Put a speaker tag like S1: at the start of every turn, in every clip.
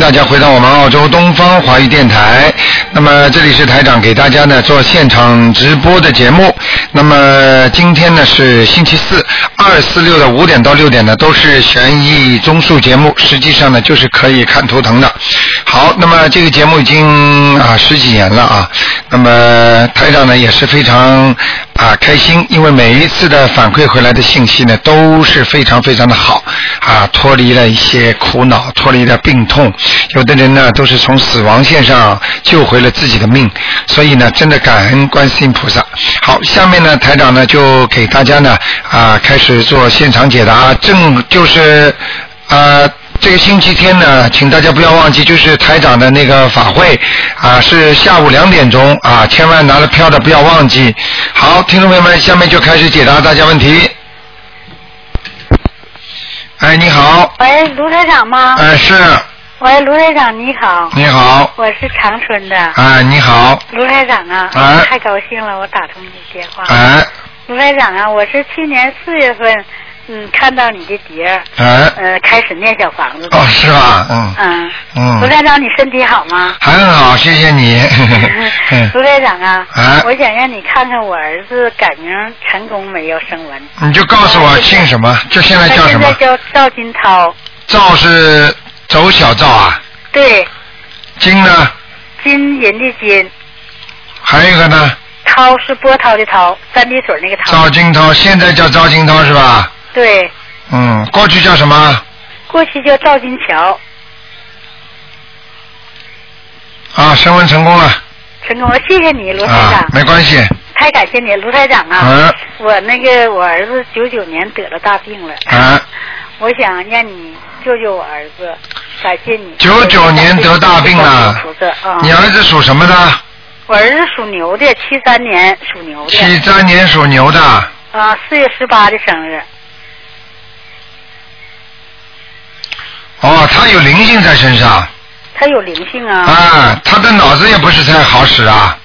S1: 大家回到我们澳洲东方华语电台。那么这里是台长给大家呢做现场直播的节目。那么今天呢是星期四，二四六的五点到六点呢都是悬疑综述节目，实际上呢就是可以看图腾的。好，那么这个节目已经啊十几年了啊。那么台长呢也是非常啊开心，因为每一次的反馈回来的信息呢都是非常非常的好啊，脱离了一些苦恼，脱离了病痛，有的人呢都是从死亡线上救回了自己的命，所以呢真的感恩观世音菩萨。好，下面呢台长呢就给大家呢啊开始做现场解答，正就是啊。这个星期天呢，请大家不要忘记，就是台长的那个法会啊，是下午两点钟啊，千万拿了票的不要忘记。好，听众朋友们，下面就开始解答大家问题。哎，你好，
S2: 喂，卢台长吗？
S1: 哎，是，
S2: 喂，卢台长你好，
S1: 你好，
S2: 我是长春的。
S1: 哎，你好，
S2: 卢台长啊，
S1: 哎
S2: 太高兴了，我打通你电话。
S1: 哎，
S2: 卢台长啊，我是去年四月份，嗯，看到你的碟儿，
S1: 哎，
S2: 呃，开始念小房子的。
S1: 哦，是吧？嗯
S2: 嗯，卢
S1: 嗯，
S2: 台长，你身体好吗？
S1: 还很好，谢谢你。 嗯
S2: 卢台长啊，
S1: 哎
S2: 我想让你看看我儿子改名成功没有升文，
S1: 你就告诉我姓什么，就现在
S2: 他
S1: 哎叫什
S2: 现
S1: 么
S2: 在？叫赵金涛，
S1: 赵是走小赵啊，
S2: 对，
S1: 金呢？
S2: 金银的金，
S1: 还有一个呢？
S2: 涛是波涛的涛，三滴水那个涛
S1: 赵，金涛，现在叫赵金涛是吧？
S2: 对。
S1: 嗯，过去叫什么？
S2: 过去叫赵金桥，
S1: 啊，升温成功了
S2: 陈工，谢谢你，卢台长，
S1: 啊，没关系。
S2: 太感谢你，卢台长啊！
S1: 嗯
S2: 我那个我儿子九九年得了大病了，
S1: 啊，
S2: 我想让你救救我儿子，感谢你。
S1: 99年得大病了
S2: 菩萨啊！
S1: 你儿子属什么的？
S2: 我儿子属牛的，七三年属牛
S1: 七
S2: 的，
S1: 三年属牛的，
S2: 啊，四月十八的生日，
S1: 哦，他有灵性在身上
S2: 他有灵性啊，
S1: 啊，他的脑子也不是太好使啊。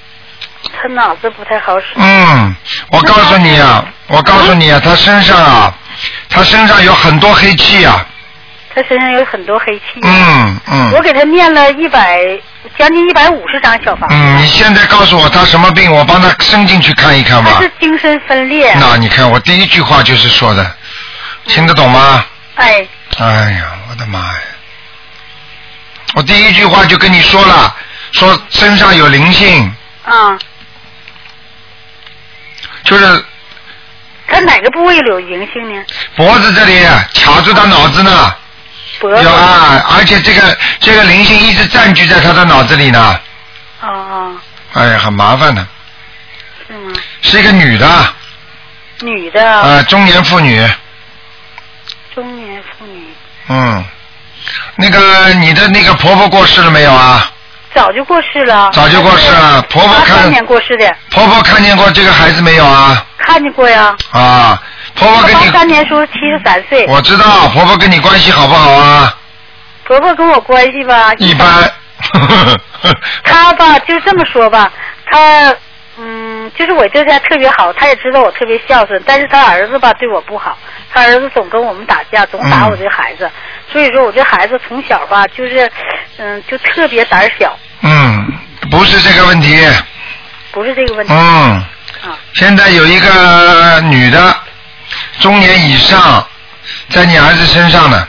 S2: 他脑子不太好使。
S1: 嗯，我告诉你啊，我告诉你啊，他身上啊，他身上有很多黑气啊。
S2: 他身上有很多黑气，
S1: 嗯
S2: 我
S1: 嗯
S2: 给他念了一百将近一百五十张小房子，
S1: 嗯，你现在告诉我他什么病，我帮他伸进去看一看吧
S2: 他。是精神分裂，
S1: 那你看，我第一句话就是说
S2: 嗯
S1: 的，听得懂吗？
S2: 哎，
S1: 哎呀，我的妈呀！我第一句话就跟你说了，说身上有灵性，
S2: 啊、
S1: 就是
S2: 他哪个部位有灵性呢？
S1: 脖子这里卡住他脑子呢，
S2: 脖子。
S1: 有啊，而且这个这个灵性一直占据在他的脑子里呢，
S2: 哦哦，
S1: 哎呀，很麻烦的，
S2: 是吗？
S1: 是一个女的，啊、
S2: 女的啊，
S1: 中年妇女，
S2: 中年妇女，
S1: 嗯，那个你的那个婆婆过世了没有啊？
S2: 早就过世了。哎
S1: 早就过世了婆婆
S2: 八
S1: 看
S2: 三年过世的，
S1: 婆婆看见过这个孩子没有啊？
S2: 看见过呀。
S1: 啊，婆婆
S2: 八
S1: 跟你，
S2: 三年时候七十三岁，
S1: 我知道婆婆跟你关系好不好啊？
S2: 婆婆跟我关系吧，
S1: 一般。
S2: 她吧就这么说吧，她嗯，就是我对她特别好，她也知道我特别孝顺，但是她儿子吧对我不好，她儿子总跟我们打架，总打
S1: 嗯
S2: 我这孩子，所以说我这孩子从小吧就是嗯就特别胆小，
S1: 嗯，不是这个问题。
S2: 不是这个问题
S1: 嗯，
S2: 啊。
S1: 现在有一个女的，中年以上，在你儿子身上呢，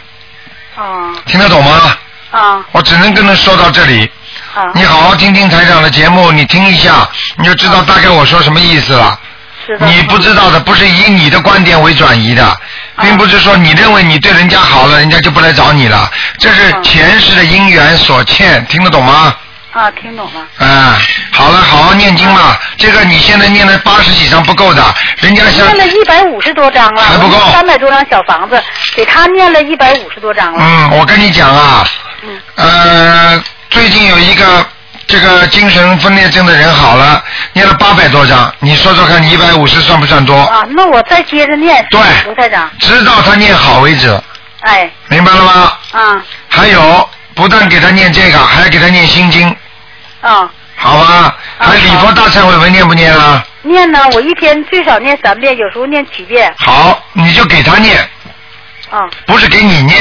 S2: 啊
S1: 听得懂吗？
S2: 啊
S1: 我只能跟他说到这里。
S2: 啊！
S1: 你好好听听台长的节目，你听一下，你就知道大概我说什么意思了。
S2: 知 道
S1: 你不知道的，不是以你的观点为转移的，并不是说你认为你对人家好了，人家就不来找你了，这是
S2: 嗯
S1: 前世的因缘所欠，听得懂吗？
S2: 啊？听懂了
S1: 啊，好了，好好念经嘛。这个你现在念了八十几章不够的，人家像
S2: 念了一百五十多张了，
S1: 还不够
S2: 三百多张小房子，给他念了一百五十多张了。
S1: 嗯，我跟你讲啊，
S2: 嗯
S1: 呃，最近有一个这个精神分裂症的人好了，念了八百多章，你说说看，你一百五十算不算多？
S2: 啊，那我再接着念。
S1: 对
S2: 卢台长，
S1: 直到他念好为止，
S2: 哎，
S1: 明白了吗？
S2: 啊
S1: 还有，不但给他念这个，还给他念心经，
S2: 啊，
S1: 好吧？
S2: 啊
S1: 还礼佛大忏悔文念不念啊？
S2: 念呢，我一天最少念三遍，有时候念七遍。
S1: 好，你就给他念，
S2: 啊
S1: 不是给你念，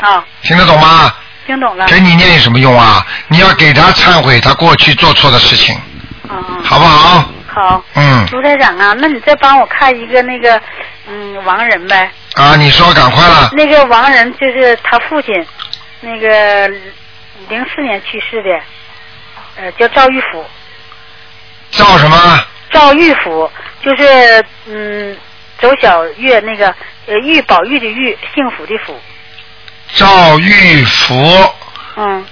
S2: 啊
S1: 听得懂吗？
S2: 听懂了。
S1: 给你念有什么用啊？你要给他忏悔他过去做错的事情，
S2: 嗯，
S1: 好不好？
S2: 好，
S1: 嗯
S2: 卢台长啊，那你再帮我看一个那个嗯亡人呗，
S1: 啊，你说赶快了，
S2: 那个亡人就是他父亲，那个零四年去世的，呃，叫赵玉甫。
S1: 造什么？
S2: 赵玉甫就是嗯，走小月那个呃玉宝玉的玉，幸福的福，
S1: 赵玉福，
S2: 嗯，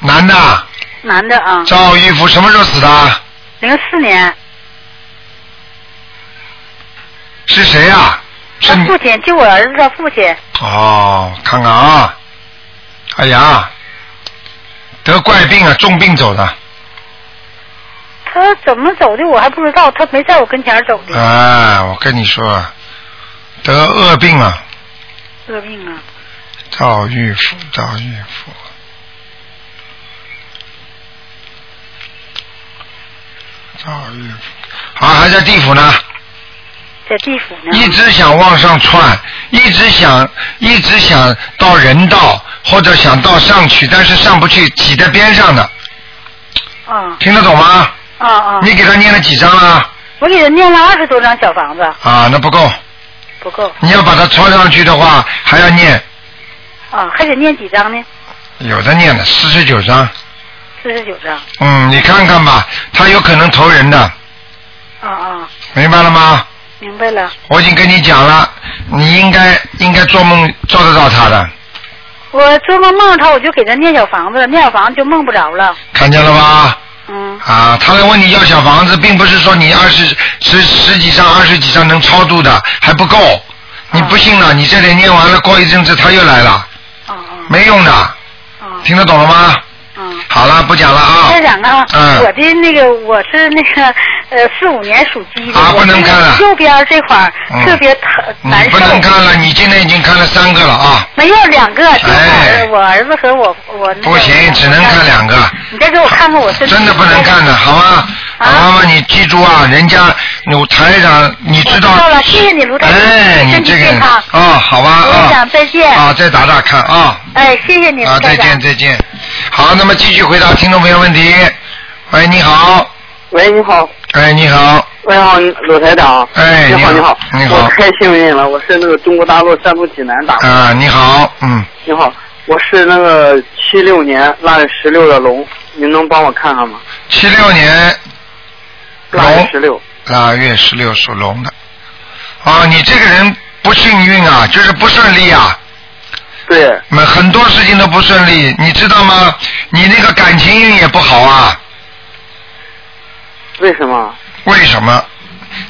S1: 男的，
S2: 男的啊，
S1: 赵玉福什么时候死的？
S2: 零四年，
S1: 是谁呀、啊？是
S2: 他
S1: 你
S2: 父亲就我儿子的父亲，
S1: 哦，看看啊，哎呀，得怪病啊，重病走的，
S2: 他怎么走的我还不知道，他没在我跟前走的，
S1: 哎，我跟你说，啊，得恶病了、啊。
S2: 恶病啊，
S1: 赵玉福，赵玉福。赵玉福，啊，还在地府呢，
S2: 在地府呢，
S1: 一直想往上窜，一直想，一直想到人道，或者想到上去，但是上不去，挤在边上的，
S2: 啊
S1: 听得懂吗？
S2: 啊啊，
S1: 你给他念了几张啊？
S2: 我给他念了二十多张小房子，
S1: 啊，那不够，
S2: 不够
S1: 你要把它抄上去的话，还要念，
S2: 啊，还得念几张呢？
S1: 有的念了四十九张，
S2: 四十九张，
S1: 嗯，你看看吧，他有可能投人的，
S2: 啊啊，
S1: 明白了吗？
S2: 明白了，
S1: 我已经跟你讲了，你应该应该做梦做得到他的，
S2: 我做梦梦着他，我就给他念小房子，念小房子就梦不着了，
S1: 看见了吧？
S2: 嗯。
S1: 啊，他来问你要小房子，并不是说你二十十十几张、二十几张能超度的，还不够。你不信了，你这里念完了，过一阵子他又来了，
S2: 啊啊
S1: 没用的，
S2: 啊
S1: 听得懂了吗？
S2: 啊！
S1: 好了，不讲了啊。
S2: 台长啊，
S1: 嗯
S2: 我的那个我是那个呃四五年属鸡的，
S1: 啊
S2: 我
S1: 不能
S2: 这个
S1: 看了
S2: 右边这块儿
S1: 嗯
S2: 特别疼难
S1: 你
S2: 受
S1: 不，能看了，你今天已经看了三个了啊，
S2: 没有两个，就
S1: 哎
S2: 是我儿子和我我那个
S1: 不行，只能看两个。
S2: 你再给我看看我身体，
S1: 真的不能看的，好吗？老
S2: 啊
S1: 妈妈，你记住啊，人家鲁台长，你知道
S2: 我知道了谢谢你卢台长
S1: 哎，你
S2: 身体
S1: 这个
S2: 健
S1: 人
S2: 康
S1: 啊，好吧
S2: 台
S1: 啊
S2: 长，再见
S1: 啊，再打打看啊，
S2: 哎，谢谢你，
S1: 啊，再
S2: 台长
S1: 见，再见。好，那么继续回答听众朋友问题。喂，你好，
S3: 喂，你好，
S1: 哎，你好，
S3: 喂，好，鲁台长。
S1: 哎
S3: 你好，
S1: 你
S3: 你
S1: 好
S3: 好，
S1: 你好
S3: 我太幸运了，我是那个中国大陆山东济南打过来。
S1: 啊，你好，嗯，
S3: 你好，我是那个七六年腊月十六的龙，您能帮我看看吗？
S1: 七六年
S3: 腊
S1: 龙
S3: 月十六，
S1: 腊月十六属龙的，啊，你这个人不幸运啊，就是不顺利啊，
S3: 对，
S1: 那很多事情都不顺利，你知道吗？你那个感情运也不好啊。
S3: 为什么？
S1: 为什么？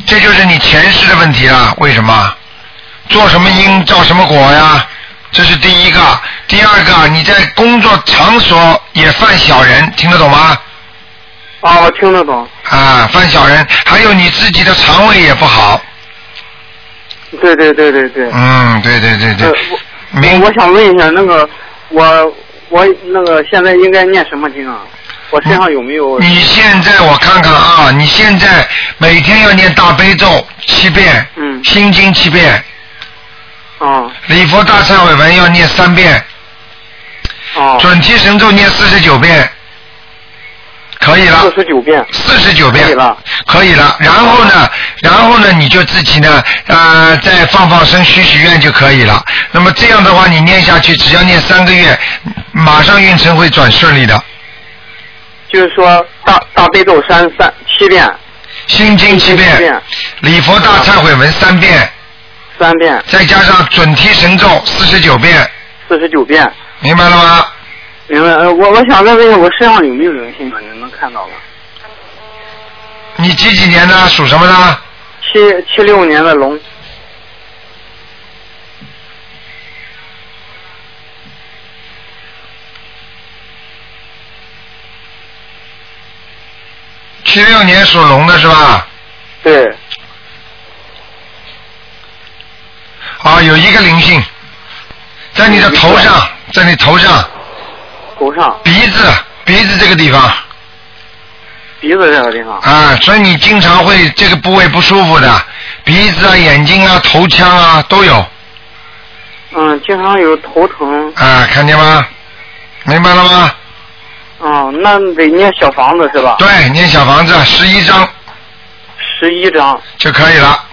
S1: 这就是你前世的问题啦。为什么？做什么因造什么果呀？这是第一个。第二个，你在工作场所也犯小人，听得懂吗？
S3: 啊，我听得懂，
S1: 啊，犯小人，还有你自己的肠胃也不好。
S3: 对对对对对。
S1: 嗯，对对对
S3: 呃
S1: 对，明
S3: 我我想问一下，那个我我那个现在应该念什么经啊？我身上有没有？
S1: 嗯你现在我看看啊，你现在每天要念大悲咒七遍，
S3: 嗯
S1: 心经七遍，
S3: 啊
S1: 礼佛大忏悔文要念三遍，
S3: 啊，
S1: 准提神咒念四十九遍，可以了
S3: 四，十九遍，
S1: 四十九遍
S3: 可以了，
S1: 可以了。然后呢，然后呢，你就自己呢，呃，再放放生、许许愿就可以了。那么这样的话，你念下去，只要念三个月，马上运程会转顺利的。
S3: 就是说大大悲咒三三七遍，
S1: 心经七
S3: 七
S1: 遍
S3: 遍，
S1: 礼佛大忏悔文三遍，
S3: 三遍，
S1: 再加上准提神咒四十九遍，
S3: 四十九遍。
S1: 明白了吗？
S3: 明白，呃我我想再问一下，我身上有没有灵性啊？你能看到吗？
S1: 你几几年的？属什么的？
S3: 七七六年的龙，
S1: 七六年属龙的是吧？
S3: 对，
S1: 啊，有一个灵性，在你的头上，在你头上，
S3: 头上、
S1: 鼻子，鼻子这个地方
S3: 鼻子这个地方。
S1: 啊，所以你经常会这个部位不舒服的，鼻子啊、眼睛啊、头腔啊都有。
S3: 嗯，经常有头疼。
S1: 啊，看见吗？明白了吗？
S3: 哦，那得念小房子是吧？
S1: 对，念小房子十一章
S3: 十一张。
S1: 就可以了，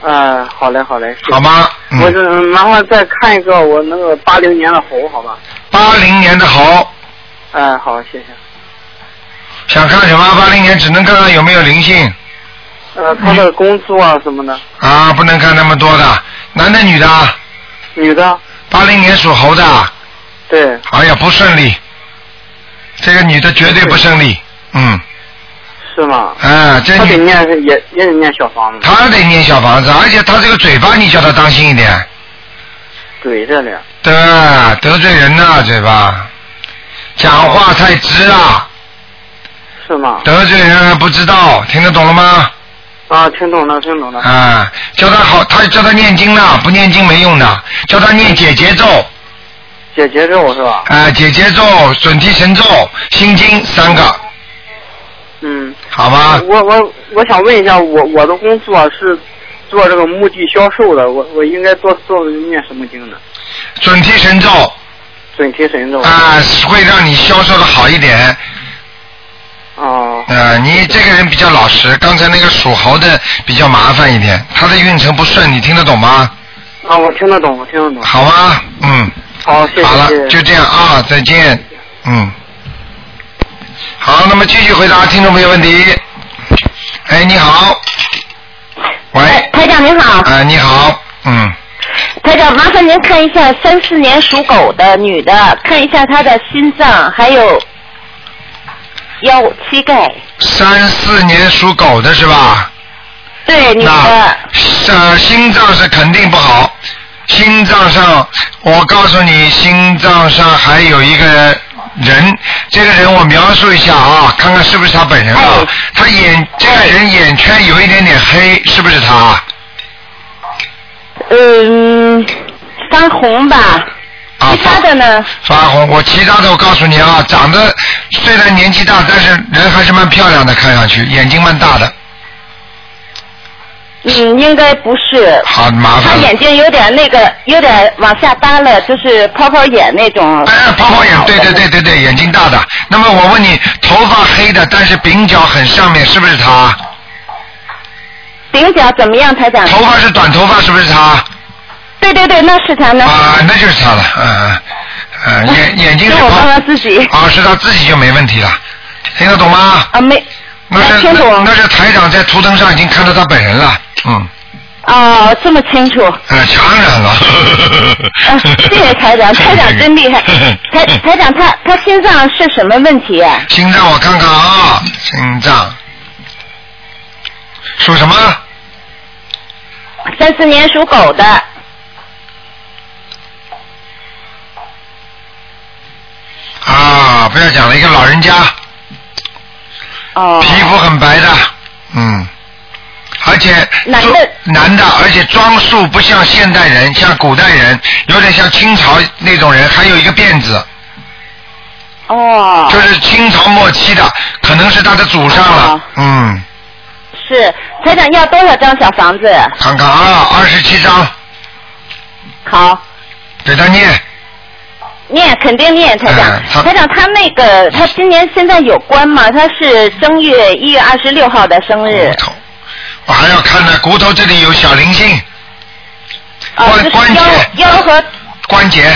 S3: 嗯、好嘞，好嘞。谢谢
S1: 好？吗？
S3: 我
S1: 嗯，
S3: 是麻烦再看一个我那个八零年的猴，好吧？
S1: 八零年的猴，
S3: 哎、好，谢谢。
S1: 想看什么？八零年只能看看有没有灵性
S3: 呃，他的工作啊什么的，
S1: 啊，不能看那么多的，男的女的啊，
S3: 女的，
S1: 八零年属猴的啊，
S3: 对，
S1: 哎呀，不顺利，这个女的绝对不顺利，嗯，
S3: 是吗？
S1: 啊，这
S3: 他得
S1: 女
S3: 念是也也得念小房子，
S1: 她得念小房子，而且她这个嘴巴你叫她当心一点，
S3: 怼着嘞。
S1: 对，得罪人呐、嘴巴，讲话太直了，
S3: 是吗？
S1: 得罪人还不知道，听得懂了吗？
S3: 啊，听懂了，听懂了。
S1: 啊，叫她好，她叫她念经了，不念经没用的，叫她念解结咒，
S3: 解节咒是吧？
S1: 啊，解结咒、准提神咒、心经三个，
S3: 嗯。
S1: 好吗？
S3: 我我我想问一下，我我的工作是做这个墓地销售的，我我应该多做念什么经呢？
S1: 准提神咒
S3: 准提神咒。
S1: 啊，会让你销售的好一点。
S3: 哦。
S1: 呃，你这个人比较老实，刚才那个属猴的比较麻烦一点，他的运程不顺，你听得懂吗？
S3: 啊，我听得懂，我听得懂。
S1: 好吗？嗯，
S3: 好，谢谢。
S1: 好了
S3: 谢，谢
S1: 就这样啊，再见。嗯，好，那么继续回答听众朋友问题。哎，你好，
S4: 哎
S1: 喂，
S4: 台长您好，
S1: 啊，你好，嗯，
S4: 台长麻烦您看一下三四年属狗的女的，看一下她的心脏还有腰膝盖。
S1: 三四年属狗的是吧？
S4: 对，女
S1: 那
S4: 的，
S1: 呃，心脏是肯定不好，心脏上，我告诉你，心脏上还有一个人，这个人我描述一下啊，看看是不是他本人啊？
S4: 哎
S1: 他眼这个人眼圈有一点点黑，是不是他？
S4: 嗯，发红吧。
S1: 啊
S4: 其他的呢？
S1: 发红，我其他的我告诉你啊，长得虽然年纪大，但是人还是蛮漂亮的，看上去眼睛蛮大的。
S4: 嗯，应该不是。
S1: 好，麻
S4: 她
S1: 烦了。
S4: 眼睛有点那个，有点往下耷拉，就是泡泡眼那种。
S1: 哎，泡泡眼，对对对。对对，眼睛大的。那么我问你，头发黑的，但是鬓角很上面，是不是他？
S4: 顶角怎么样，台长？
S1: 头发是短头发，是不是他？
S4: 对对对，那是她呢。
S1: 啊，那就是他了，嗯嗯，嗯眼眼睛是
S4: 那我
S1: 泡
S4: 帮她自己。
S1: 啊，是他自己就没问题了，听得懂吗？
S4: 啊，没。
S1: 那
S4: 啊
S1: 是
S4: 听懂
S1: 那那是台长在图腾上已经看到他本人了，嗯，
S4: 哦，这么清楚。
S1: 呃，当然了，。
S4: 啊，谢谢台长，台长真厉害 台台长他他心脏是什么问题、啊？
S1: 心脏我看看啊，心脏属什么？
S4: 三四年属狗的，
S1: 啊，不要讲了，一个老人家，
S4: 哦，
S1: 皮肤很白的，嗯，而且
S4: 男的
S1: 做男的，而且装束不像现代人，像古代人，有点像清朝那种人，还有一个辫子，
S4: 哦
S1: 就，是清朝末期的，可能是他的祖上了
S4: 啊，
S1: 嗯，
S4: 是台长要多少张小房子？
S1: 看看啊，二十七章，
S4: 好，
S1: 给他念，
S4: 念肯定念台
S1: 嗯
S4: 长。
S1: 他
S4: 台长他那个他今年现在有关吗？他是正月一月二十六号的生日
S1: 骨，头，我还要看呢，骨头这里有小灵性，
S4: 哦，
S1: 关
S4: 就是
S1: 关
S4: 腰
S1: 节
S4: 腰和
S1: 关节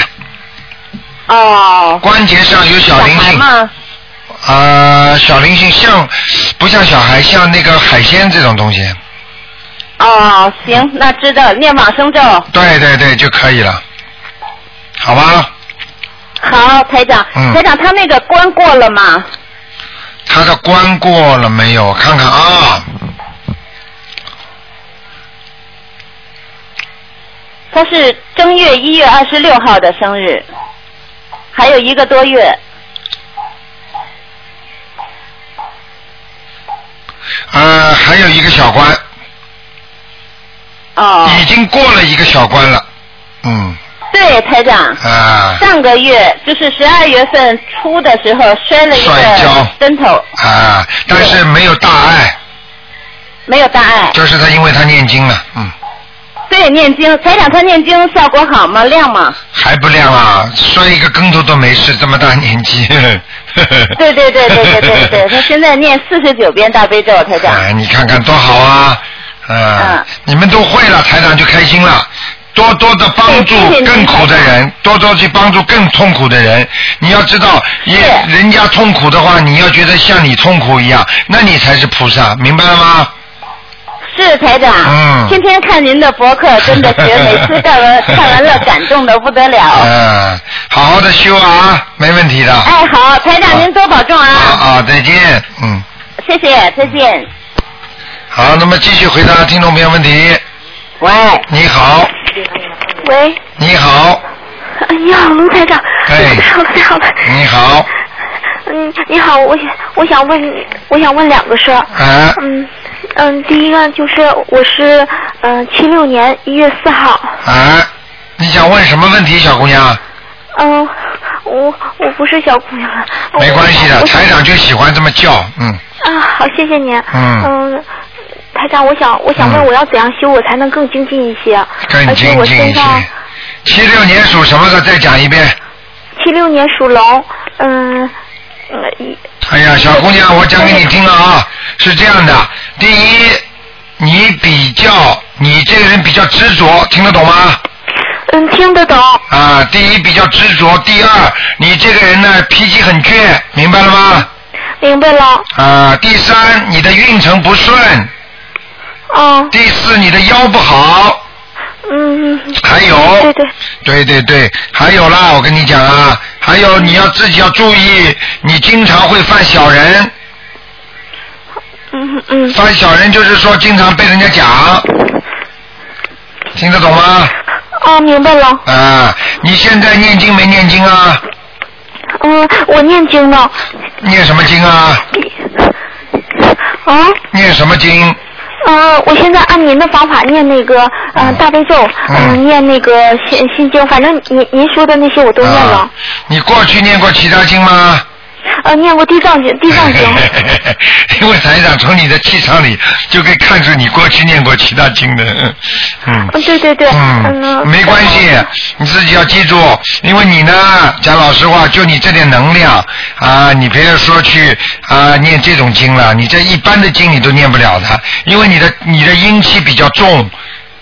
S4: 哦，
S1: 关节上有
S4: 小
S1: 小灵
S4: 孩
S1: 性，
S4: 吗？
S1: 啊，小灵性像不像小孩，像那个海鲜这种东西。
S4: 哦，行，那知道念往生咒。
S1: 对对对，就可以了，好吧？
S4: 好，台长，
S1: 嗯
S4: 台长他那个关过了吗？
S1: 他的关过了没有？看看啊，
S4: 他是正月一月二十六号的生日，还有一个多月。
S1: 呃，还有一个小关，
S4: 哦，
S1: 已经过了一个小关了，嗯
S4: 对，台 长，
S1: 啊
S4: 上个月就是十二月份初的时候摔了一
S1: 摔跤
S4: 个跟头，
S1: 啊，但是没有大碍，
S4: 没有大碍。
S1: 就是他因为他念经了，嗯，
S4: 对，念经，台长他念经效果好吗？亮吗？
S1: 还不亮啊？摔一个跟头都没事，这么大年纪。
S4: 对对对对对对对，他现在念四十九遍大悲咒，台长。
S1: 哎，你看看多好啊！啊、
S4: 嗯
S1: 你们都会了，台长就开心了。多多的帮助
S4: 对谢谢您
S1: 更苦的人，多多去帮助更痛苦的人。你要知道，也
S4: 是
S1: 人家痛苦的话，你要觉得像你痛苦一样，那你才是菩萨，明白了吗？
S4: 是台长，
S1: 嗯
S4: 天天看您的 博客，真的学，每次看完看完了感动的不得了。
S1: 嗯，好好的修啊，没问题的。
S4: 哎，好，台
S1: 好
S4: 长您多保重
S1: 啊
S4: 啊，
S1: 啊，再见，嗯，
S4: 谢谢，再见。
S1: 好，那么继续回答听众朋友问题。
S4: 喂，
S1: 你好，
S5: 喂，
S1: 你好，
S5: 呃你好，卢台长。
S1: 哎
S5: 太 好了，太好了。
S1: 你好，
S5: 嗯，你好，我想我想问你，我想问两个事儿。
S1: 啊，
S5: 嗯嗯，第一个就是我是嗯七六年一月四号，
S1: 啊，你想问什么问题，小姑娘？
S5: 嗯，我我不是小姑娘了。我
S1: 没关系的，
S5: 我想
S1: 台长就喜欢这么叫，嗯，
S5: 啊，好，谢谢您。
S1: 嗯
S5: 台长，我想我想
S1: 嗯
S5: 问，我要怎样修我才能更精进一些？
S1: 更
S5: 而且
S1: 精
S5: 我
S1: 进
S5: 身
S1: 一些
S5: 上。
S1: 七六年属什么的？再讲一遍。
S5: 七六年属龙，嗯嗯一
S1: 哎呀，小姑娘，我讲给你听了啊，是这样的，第一，你比较，你这个人比较执着，听得懂吗？
S5: 嗯听得懂。
S1: 啊，第一比较执着，第二你这个人呢脾气很倔，明白了吗？
S5: 明白了，
S1: 啊，第三你的运程不顺，
S5: 嗯
S1: 第四你的腰不好，
S5: 嗯，
S1: 还有
S5: 对对，
S1: 对对对，还有啦，我跟你讲啊，还有你要自己要注意，你经常会犯小人，
S5: 嗯嗯，
S1: 犯小人就是说经常被人家讲，听得懂吗？
S5: 啊，明白了，
S1: 啊，你现在念经没念经啊？
S5: 嗯，我念经呢，
S1: 念什么经啊？
S5: 啊，
S1: 念什么经？
S5: 嗯，我现在按您的方法念那个，嗯、
S1: 嗯
S5: 大悲咒，嗯、
S1: 嗯
S5: 念那个心心经，反正您您说的那些我都念了，
S1: 啊。你过去念过其他经吗？
S5: 呃，念过地藏经，地藏经，
S1: 因为台长从你的气场里就可以看出你过去念过其他经的，嗯。
S5: 嗯，对对对，
S1: 嗯，没关系，你自己要记住，因为你呢，讲老实话，就你这点能量啊，你别说去啊念这种经了，你这一般的经你都念不了的，因为你的你的阴气比较重，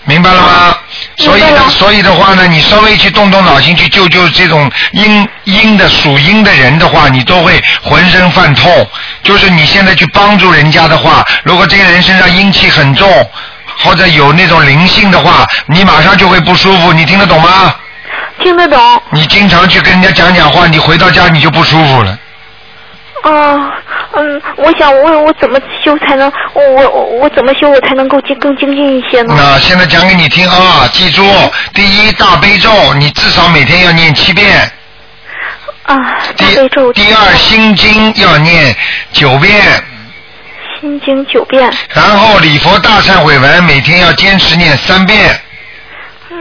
S1: 明白了吗？所以
S5: 明白
S1: 呢，
S5: 了
S1: 所以的话呢，你稍微去动动脑筋去救救这种阴阴的属阴的人的话，你都会浑身犯痛。就是你现在去帮助人家的话，如果这个人身上阴气很重，或者有那种灵性的话，你马上就会不舒服。你听得懂吗？
S5: 听得懂，
S1: 你经常去跟人家讲讲话，你回到家你就不舒服了。
S5: 啊、嗯，我想问我怎么修才能，我我我我怎么修我才能够精更精进一些呢？
S1: 那现在讲给你听啊，记住，第一大悲咒，你至少每天要念七遍。
S5: 啊，
S1: 第
S5: 大悲咒，
S1: 第二心经要念九遍，
S5: 心经九遍，
S1: 然后礼佛大忏悔文每天要坚持念三遍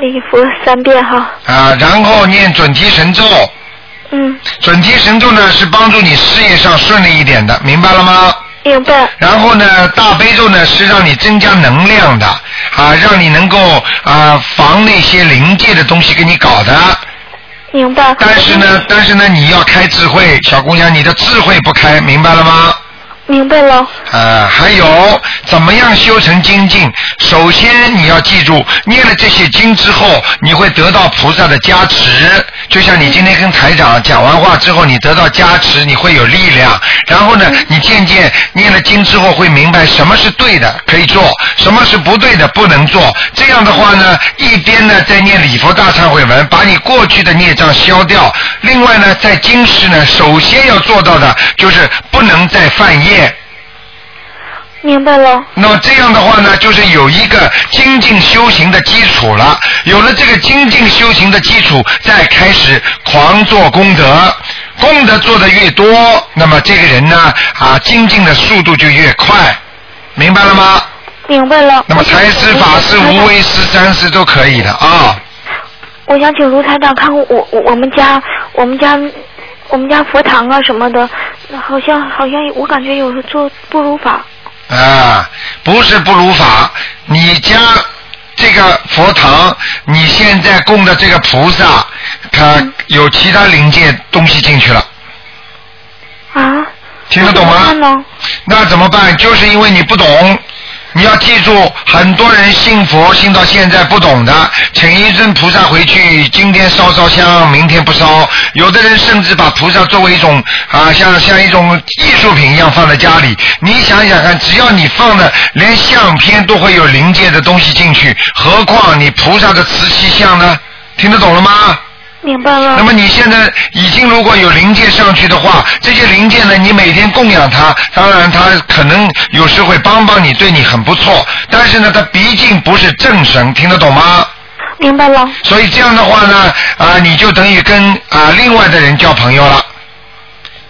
S5: 礼佛三遍哈，
S1: 啊，然后念准提神咒。
S5: 嗯，
S1: 准提神咒呢是帮助你事业上顺利一点的，明白了吗？
S5: 明白，
S1: 然后呢，大悲咒呢是让你增加能量的啊，让你能够啊防那些灵界的东西给你搞的。
S5: 明白。
S1: 但是呢，但是呢，你要开智慧，小姑娘，你的智慧不开，明白了吗？
S5: 明白了，
S1: 呃，还有怎么样修成精进？首先你要记住，念了这些经之后，你会得到菩萨的加持。就像你今天跟台长讲完话之后，你得到加持，你会有力量。然后呢，你渐渐念了经之后，会明白什么是对的可以做，什么是不对的不能做。这样的话呢，一边呢在念礼佛大忏悔文，把你过去的孽障消掉；另外呢，在今世呢，首先要做到的就是不能再犯业。
S5: 明白了，
S1: 那么这样的话呢，就是有一个精进修行的基础了。有了这个精进修行的基础，再开始狂做功德。功德做得越多，那么这个人呢，啊，精进的速度就越快，明白了吗？
S5: 明白了。
S1: 那么财施、法施、无为施、三施都可以的啊。
S5: 我想请卢台长看看我我我们家我们家我们家佛堂啊什么的，好像好像我感觉有时候做不如法。
S1: 啊，不是不如法，你家这个佛堂，你现在供的这个菩萨，他有其他灵界东西进去了，
S5: 啊，
S1: 听得懂吗？
S5: 那怎么办呢？
S1: 那怎么办？就是因为你不懂，你要记住，很多人信佛信到现在不懂的，请一尊菩萨回去，今天烧烧香，明天不烧。有的人甚至把菩萨作为一种啊，像像一种艺术品一样放在家里。你想想看，只要你放的，连相片都会有灵界的东西进去，何况你菩萨的瓷器像呢？听得懂了吗？
S5: 明白了。
S1: 那么你现在已经如果有灵界上去的话，这些灵界呢，你每天供养它，当然它可能有时会帮帮你，对你很不错。但是呢，它毕竟不是正神，听得懂吗？
S5: 明白了，
S1: 所以这样的话呢，啊、你就等于跟啊、另外的人交朋友了。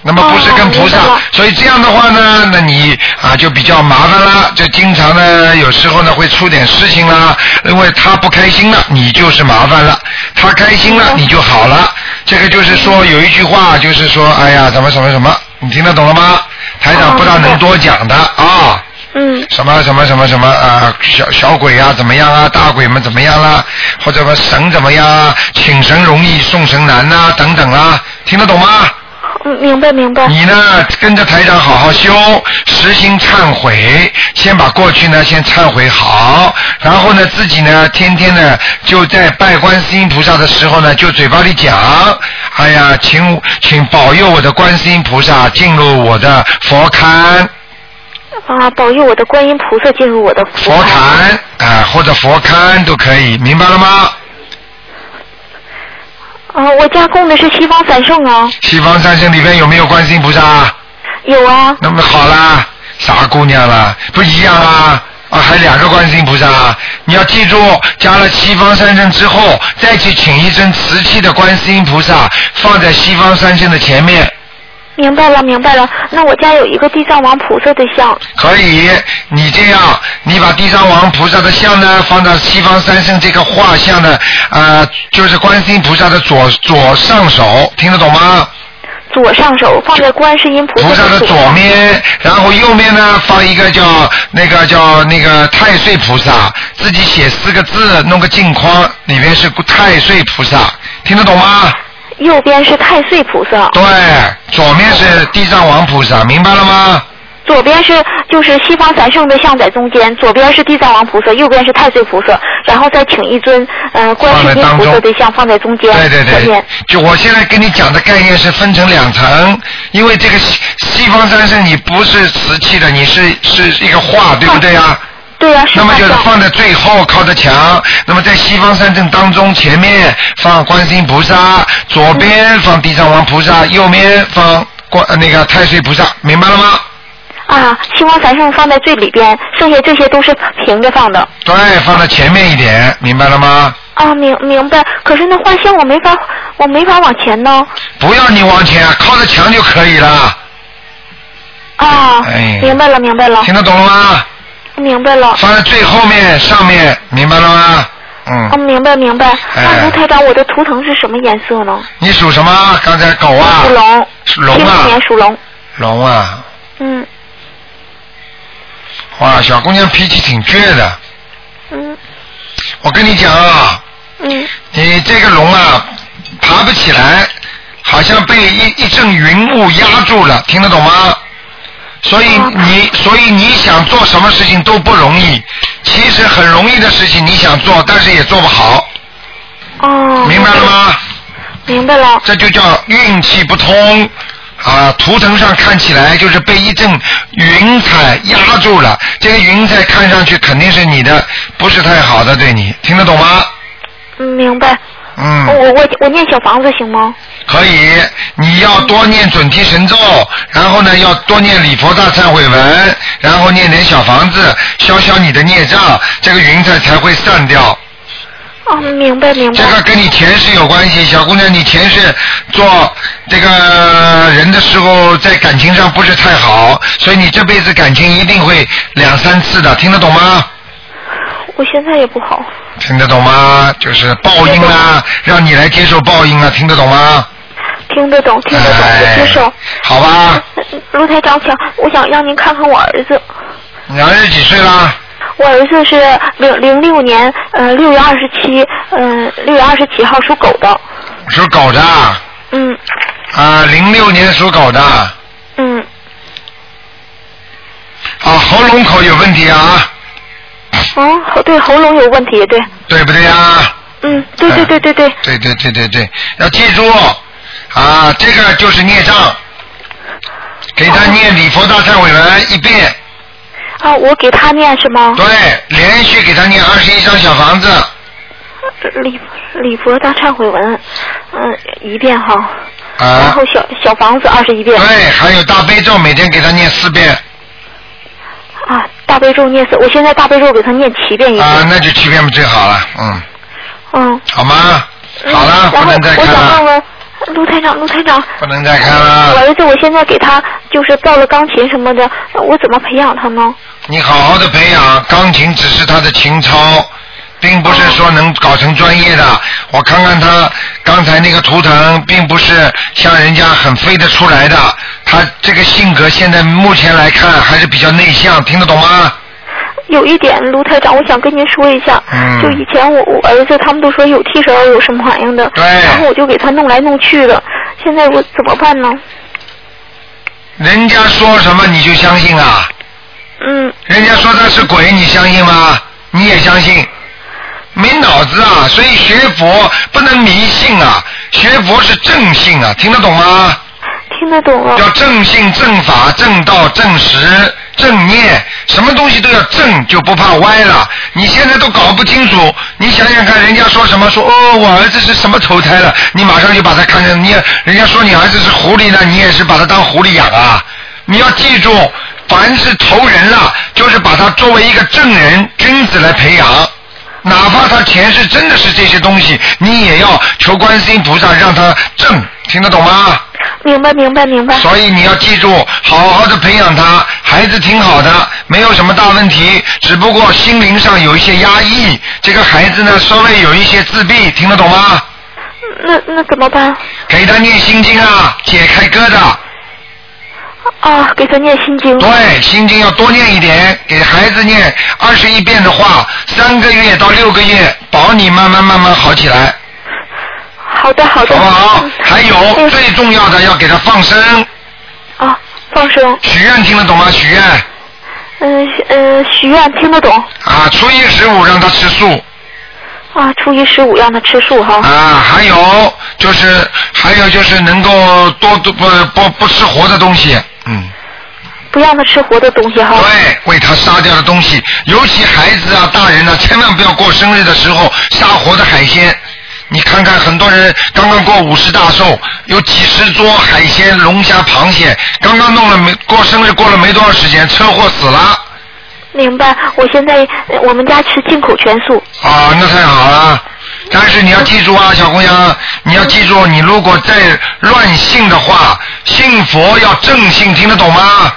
S1: 那么不是跟菩萨
S5: 哦明白了，
S1: 所以这样的话呢，那你啊就比较麻烦啦，就经常呢有时候呢会出点事情啦，因为他不开心了，你就是麻烦了；他开心
S5: 哦
S1: 了，你就好了。这个就是说有一句话，就是说，哎呀，怎么什么什么，你听得懂了吗？台长
S5: 哦
S1: 不大能多讲的啊。
S5: 嗯，
S1: 什么什么什么什么啊，小小鬼啊怎么样啊，大鬼们怎么样啦、或者什么神怎么样啊，请神容易送神难呐、等等啊，听得懂吗？
S5: 嗯明白明白，
S1: 你呢，跟着台长好好修，实行忏悔，先把过去呢先忏悔好，然后呢自己呢天天呢就在拜观世音菩萨的时候呢，就嘴巴里讲，哎呀，请请保佑我的观世音菩萨进入我的佛龛。
S5: 啊，保佑我的观音菩萨进入我的
S1: 佛坛啊、或者佛龛都可以，明白了吗？
S5: 啊，我家供的是西方三圣啊，
S1: 西方三圣里边有没有观世音菩萨？
S5: 有啊，
S1: 那么好啦，傻姑娘啦，不一样啊。啊，还两个观世音菩萨，你要记住，加了西方三圣之后，再去请一尊瓷器的观世音菩萨，放在西方三圣的前面，
S5: 明白了明白了。那我家有一个地藏王菩萨的像，
S1: 可以。你这样，你把地藏王菩萨的像呢，放到西方三圣这个画像的，啊，就是观世音菩萨的左左上手，听得懂吗？
S5: 左上手放在观世音菩
S1: 菩
S5: 萨
S1: 萨的
S5: 左
S1: 左面，然后右面呢放一个叫那个叫那个太岁菩萨，自己写四个字，弄个镜框，里面是太岁菩萨，听得懂吗？
S5: 右边是太岁菩萨，
S1: 对，左面是地藏王菩萨，明白了吗？
S5: 左边是就是西方三圣的像在中间，左边是地藏王菩萨，右边是太岁菩萨，然后再请一尊呃观世音菩萨的像放在中间，
S1: 对对
S5: 前
S1: 对
S5: 面，
S1: 就我现在跟你讲的概念是分成两层，因为这个西西方三圣你不是瓷器的，你是是一个画，对不对啊？
S5: 对呀、是
S1: 那么
S5: 画
S1: 就是
S5: 像
S1: 放在最后靠着墙，那么在西方三圣当中，前面放观世音菩萨，左边放地藏王菩萨，右边放观呃那个太岁菩萨，明白了吗？
S5: 啊，西方三圣放在最里边，剩下这些都是平着放的。
S1: 对，放在前面一点，明白了吗？
S5: 啊，明明白。可是那画像我没法，我没法往前呢。
S1: 不要你往前，靠着墙就可以了，
S5: 啊，
S1: 哎
S5: 明白了，明白了，
S1: 听得懂了吗？
S5: 明白了。
S1: 放在最后面上面，明白了吗？
S5: 啊，
S1: 嗯，
S5: 明白明白。
S1: 哎
S5: 那卢台长，我的图腾是什么颜色呢？
S1: 你属什么？刚才狗啊
S5: 属，龙，
S1: 属龙
S5: 七
S1: 啊
S5: 四，年属龙。
S1: 龙啊，
S5: 嗯
S1: 哇，小姑娘脾气挺倔的，
S5: 嗯
S1: 我跟你讲啊。
S5: 嗯，
S1: 你这个龙啊，爬不起来，好像被一一阵云雾压住了，听得懂吗？所以
S5: 哦
S1: 你，所以你想做什么事情都不容易。其实很容易的事情你想做，但是也做不好，
S5: 哦，
S1: 明白了？吗？
S5: 明白了。
S1: 这就叫运气不通啊！图腾上看起来就是被一阵云彩压住了，这个云彩看上去肯定是你的，不是太好的，对你听得懂吗？
S5: 嗯，明白。
S1: 嗯。
S5: 哦我我我念小房子行吗？
S1: 可以，你要多念准提神咒，然后呢，要多念礼佛大忏悔文，然后念点小房子，消消你的孽障，这个云彩才会散掉。
S5: 啊，明白明白
S1: 这。个跟你前世有关系，小姑娘，你前世做这个人的时候，在感情上不是太好，所以你这辈子感情一定会两三次的，听得懂吗？
S5: 我现在也不好。
S1: 听得懂吗？就是报应啦、让你来接受报应啊，听得懂吗？
S5: 听得懂，听得懂，我
S1: 哎啊
S5: 接受。
S1: 好吧，
S5: 卢台长，请我想让您看看我儿子，
S1: 你儿子几岁啦？
S5: 我儿子是零零六年呃六月二十七，嗯六月二十七号属狗的，
S1: 属狗的啊，
S5: 嗯
S1: 零六年属狗的啊，
S5: 嗯
S1: 喉咙口有问题啊，
S5: 哦喉对喉咙有问题，对，
S1: 对不对啊？
S5: 嗯对对对对对，
S1: 对对对对对，要记住啊，这个就是孽障，给他念礼佛大忏悔文一遍，
S5: 啊我给他念是吗？
S1: 对，连续给他念二十一张小房子，
S5: 礼礼佛大忏悔文，嗯一遍哈，然
S1: 啊，
S5: 后小小房子二十一遍，
S1: 对，还有大悲咒每天给他念四遍，
S5: 啊大悲咒念四，我现在大悲咒给他念七遍一
S1: 啊，
S5: 遍，
S1: 那就欺骗最好了，嗯，
S5: 嗯。
S1: 好吗？
S5: 嗯
S1: 好了，
S5: 然
S1: 不
S5: 后
S1: 能再
S5: 我
S1: 看啊
S5: 想问
S1: 了，
S5: 问卢台长，卢台长，
S1: 不能再看
S5: 我
S1: 了，
S5: 儿子我现在给他就是报了钢琴什么的，我怎么培养他呢？
S1: 你好好的培养钢琴，只是他的情操。并不是说能搞成专业的，我看看他刚才那个图腾，并不是像人家很飞得出来的。他这个性格现在目前来看还是比较内向，听得懂吗？
S5: 有一点，卢台长，我想跟您说一下，
S1: 嗯
S5: 就以前我我儿子他们都说有替身儿有什么玩意儿的，
S1: 对
S5: 然后我就给他弄来弄去的，现在我怎么办呢？
S1: 人家说什么你就相信啊？
S5: 嗯，
S1: 人家说他是鬼，你相信吗？你也相信？没脑子啊！所以学佛不能迷信啊，学佛是正信啊，听得懂吗？
S5: 听得懂了，啊
S1: 要正信、正法、正道、正实、正念，什么东西都要正，就不怕歪了。你现在都搞不清楚，你想想看，人家说什么说哦，我儿子是什么投胎了，你马上就把他看成你也，人家说你儿子是狐狸呢，你也是把他当狐狸养啊。你要记住，凡是投人了，就是把他作为一个正人君子来培养。哪怕他前世真的是这些东西，你也要求观世音菩萨让他正，听得懂吗？
S5: 明白明白明白，
S1: 所以你要记住，好好的培养他，孩子挺好的，没有什么大问题，只不过心灵上有一些压抑，这个孩子呢稍微有一些自闭，听得懂吗？
S5: 那那怎么办？
S1: 给他念心经啊，解开疙瘩。
S5: 啊，给他念心经，
S1: 对，心经要多念一点，给孩子念二十一遍的话，三个月到六个月，保你慢慢慢慢好起来，
S5: 好的好
S1: 好
S5: 的，
S1: 不好
S5: 嗯？
S1: 还有
S5: 嗯
S1: 最重要的要给他放生，
S5: 啊，放生，
S1: 许愿听得懂吗？许愿
S5: 嗯嗯，许愿听得懂
S1: 啊，初一十五让他吃素。
S5: 啊，初一十五让他吃素哈。
S1: 啊，还有就是，还有就是能够多多不不不吃活的东西，嗯，
S5: 不让他吃活的东西哈。
S1: 对，为他杀掉的东西，尤其孩子啊、大人啊，千万不要过生日的时候杀活的海鲜。你看看，很多人刚刚过五十大寿，有几十桌海鲜、龙虾、螃蟹，刚刚弄了没过生日过了没多少时间，车祸死了
S5: 明白，我现在呃我们家吃进口全素。
S1: 啊，那太好了。但是你要记住啊，小姑娘，你要记住，你如果再乱信的话，信佛要正信，听得懂吗？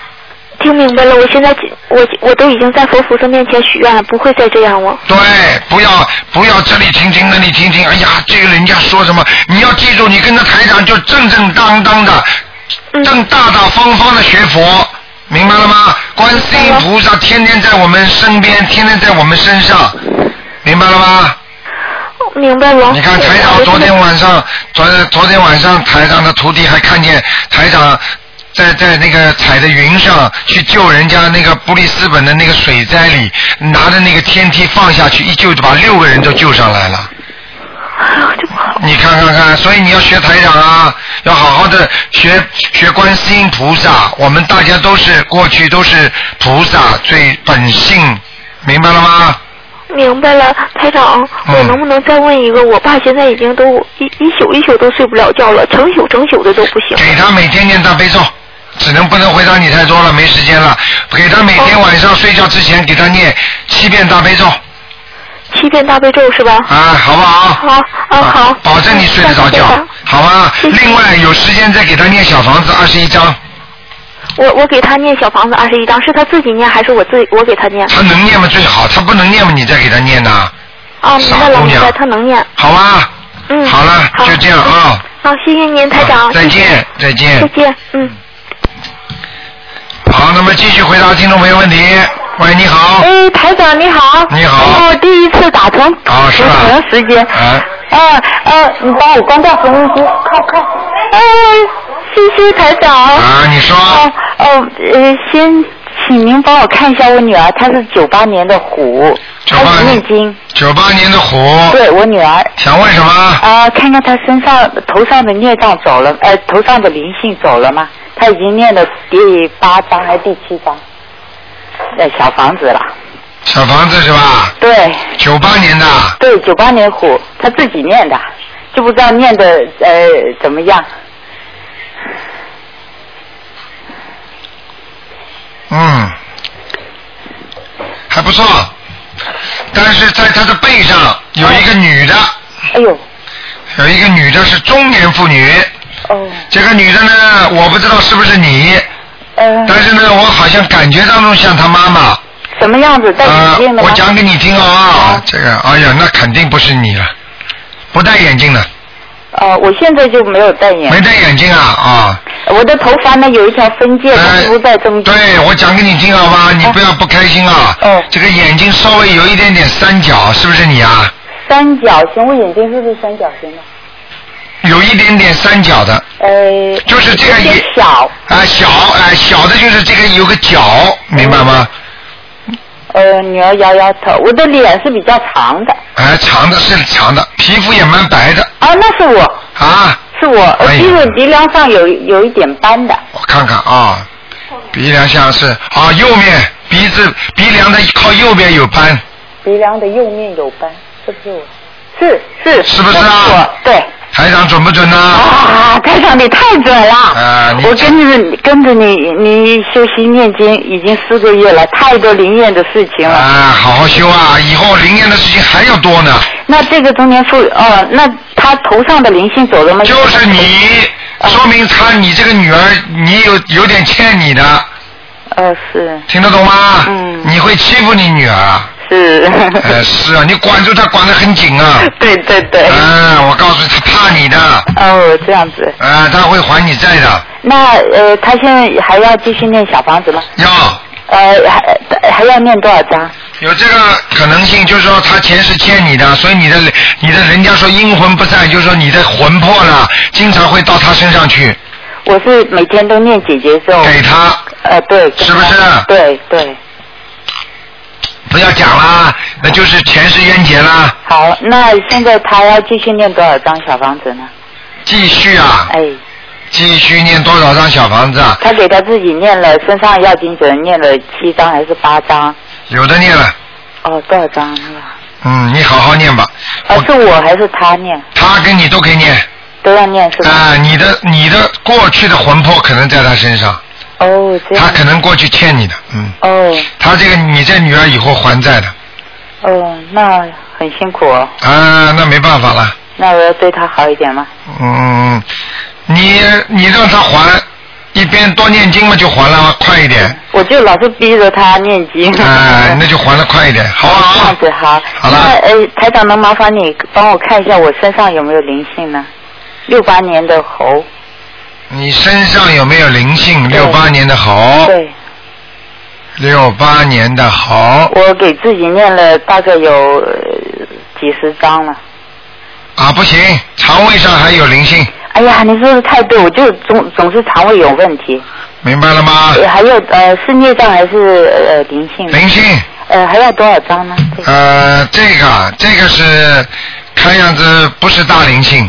S5: 听明白了，我现在我我都已经在佛菩萨面前许愿了，不会再这样了。
S1: 对，不要不要这里听听那里听听，哎呀，这个人家说什么？你要记住，你跟着台长就正正当当的，
S5: 嗯
S1: 正大大方方的学佛，明白了吗？观世音菩萨天天在我们身边，天天在我们身上，明白了吗？
S5: 明白了。
S1: 你看台
S5: 我
S1: 长
S5: 我
S1: 昨天晚上，昨昨天晚上台长的徒弟还看见台长在在那个踩的云上去救人家那个布里斯本的那个水灾里，拿着那个天梯放下去，一救就把六个人都救上来了。
S5: 哎呦，这不好。
S1: 你看看看，所以你要学台长啊，要好好的学学观世音菩萨。我们大家都是过去都是菩萨最本性，明白了吗？
S5: 明白了，台长，
S1: 嗯
S5: 我能不能再问一个？我爸现在已经都一一宿一宿都睡不了觉了，整宿整宿的都不行。
S1: 给他每天念大悲咒，只能不能回答你太多了，没时间了。给他每天晚上睡觉之前给他念七遍大悲咒
S5: 七遍大悲咒是吧？
S1: 啊，好不好？
S5: 好啊好
S1: 保证你睡得着觉
S5: 谢谢，
S1: 好吧？
S5: 谢谢
S1: 另外有时间再给他念小房子二十一章，
S5: 我我给他念小房子二十一张，是他自己念还是我自我给他念？
S1: 他能念吗最好，他不能念吗你再给他念呐，
S5: 啊，明白
S1: 傻
S5: 了
S1: 姑
S5: 明
S1: 娘
S5: 白，他能念。
S1: 好吧？
S5: 嗯，
S1: 好了，就这样啊。
S5: 好，谢谢您，台长。
S1: 好再
S5: 谢谢
S1: 见，再见
S5: 再。见，嗯。
S1: 好，那么继续回答听众朋友问题。喂，你好。
S5: 哎，台长你好。
S1: 哦你好
S5: 哎呦，第一次打通，
S1: 啊是吧
S5: 很长时间。
S1: 啊，
S5: 哎哎，你帮我关掉收音机，看看。哎，谢谢台长。
S1: 啊，你说
S5: 哦哦，呃，先请您帮我看一下我女儿，她是九八年的虎，她
S1: 98
S5: 是
S1: 年
S5: 念经。
S1: 九八年的虎，
S5: 对我女儿
S1: 想问什么？
S5: 啊、看看她身上头上的孽障走了，呃，头上的灵性走了吗？她已经念了第八章还是第七章？呃，小房子了。
S1: 小房子是吧？
S5: 对
S1: 九八年的，
S5: 对，九八年虎，她自己念的，就不知道念的呃怎么样。
S1: 嗯，还不错，但是在他的背上有一个女的，
S5: 哎呦，
S1: 有一个女的是中年妇女，
S5: 哦，
S1: 这个女的呢，我不知道是不是你，
S5: 呃，
S1: 但是呢，我好像感觉当中像她妈妈。
S5: 什么样子？戴眼
S1: 啊，
S5: 镜的吗？嗯
S1: 我讲给你听啊、这个，哎呀，那肯定不是你了，不戴眼镜的，
S5: 呃，我现在就没有戴眼
S1: 没，戴眼镜啊啊。
S5: 我的头发呢有一条分界，它
S1: 哎
S5: 不在中间。
S1: 对，我讲给你听好吧，你不要不开心啊。
S5: 啊哦
S1: 这个眼睛稍微有一点点三角，是不是你啊？
S5: 三角形，我眼睛是不是三角形的？
S1: 有一点点三角的，
S5: 呃，
S1: 就是这个
S5: 有
S1: 眼
S5: 点小，
S1: 啊小啊小的就是这个有个角，明白吗？
S5: 嗯呃，女儿摇摇头，我的脸是比较长的。
S1: 哎，长的是长的，皮肤也蛮白的
S5: 啊，那是我，
S1: 啊。
S5: 是我，我
S1: 哎呀
S5: 鼻子鼻梁上有有一点斑的。
S1: 我看看啊，鼻梁像是啊右面鼻子鼻梁的靠右边有斑，
S5: 鼻梁的右面有斑，是不是我？是是
S1: 是不是啊
S5: 那我对
S1: 台长准不准呢？
S5: 啊，台长你太准了！
S1: 啊你
S5: 我
S1: 这
S5: 跟着跟着你，你休息念经已经四个月了，太多灵验的事情了。
S1: 啊，好好修啊，以后灵验的事情还要多呢。
S5: 那这个中年妇哦，那她头上的灵性走了吗？
S1: 就是你，
S5: 嗯
S1: 说明他你这个女儿，你有有点欠你的，
S5: 呃，是
S1: 听得懂吗？
S5: 嗯
S1: 你会欺负你女儿啊？
S5: 是，
S1: 呃，是啊，你管住她管得很紧啊。
S5: 对对对，
S1: 嗯、我告诉你，她怕你的，
S5: 哦，这样子。
S1: 呃，她会还你债的。
S5: 那呃，她现在还要继续念小房子吗？
S1: 要
S5: 呃，还还要念多少章？
S1: 有这个可能性，就是说她前世欠你的，所以你的你的人家说阴魂不散，就是说你的魂魄呢，经常会到她身上去，
S5: 我是每天都念姐姐咒，
S1: 给她。
S5: 呃，对，跟
S1: 是不是
S5: 她对对，
S1: 不要讲啦，那就是前世冤结啦。
S5: 好，那现在她要继续念多少张小房子呢？
S1: 继续啊，
S5: 哎，
S1: 继续念多少张小房子啊？
S5: 她给她自己念了，身上要经者念了七张还是八张？
S1: 有的念了，
S5: 哦，多少张呀？
S1: 嗯，你好好念吧。
S5: 啊，
S1: 我
S5: 是我还是他念？
S1: 他跟你都可以念
S5: 都要念是吧？
S1: 啊、你的你的过去的魂魄可能在他身上，
S5: 哦，这样
S1: 他。可能过去欠你的，嗯，
S5: 哦
S1: 他这个你这女儿以后还债的
S5: 哦，那很辛苦哦。
S1: 啊，那没办法了，
S5: 那我要对他好一点吗？
S1: 嗯，你你让他还，一边多念经嘛就还了，快一点，
S5: 我就老是逼着他念经。
S1: 啊、那就还了快一点，好不
S5: 这
S1: 好
S5: 样？子好。
S1: 好了
S5: 那呃，台长能麻烦你帮我看一下我身上有没有灵性呢？六八年的猴。
S1: 你身上有没有灵性？
S5: 对
S1: 六八年的猴，
S5: 对，
S1: 六八年的猴
S5: 我给自己念了大概有呃几十张了。
S1: 啊，不行，肠胃上还有灵性，
S5: 哎呀，你说的太对，我就总总是肠胃有问题，
S1: 明白了吗？
S5: 呃还有呃是孽障还是呃灵性呢？
S1: 灵性，
S5: 呃，还要多少张呢？这个
S1: 呃，这个啊这个是看样子不是大灵性，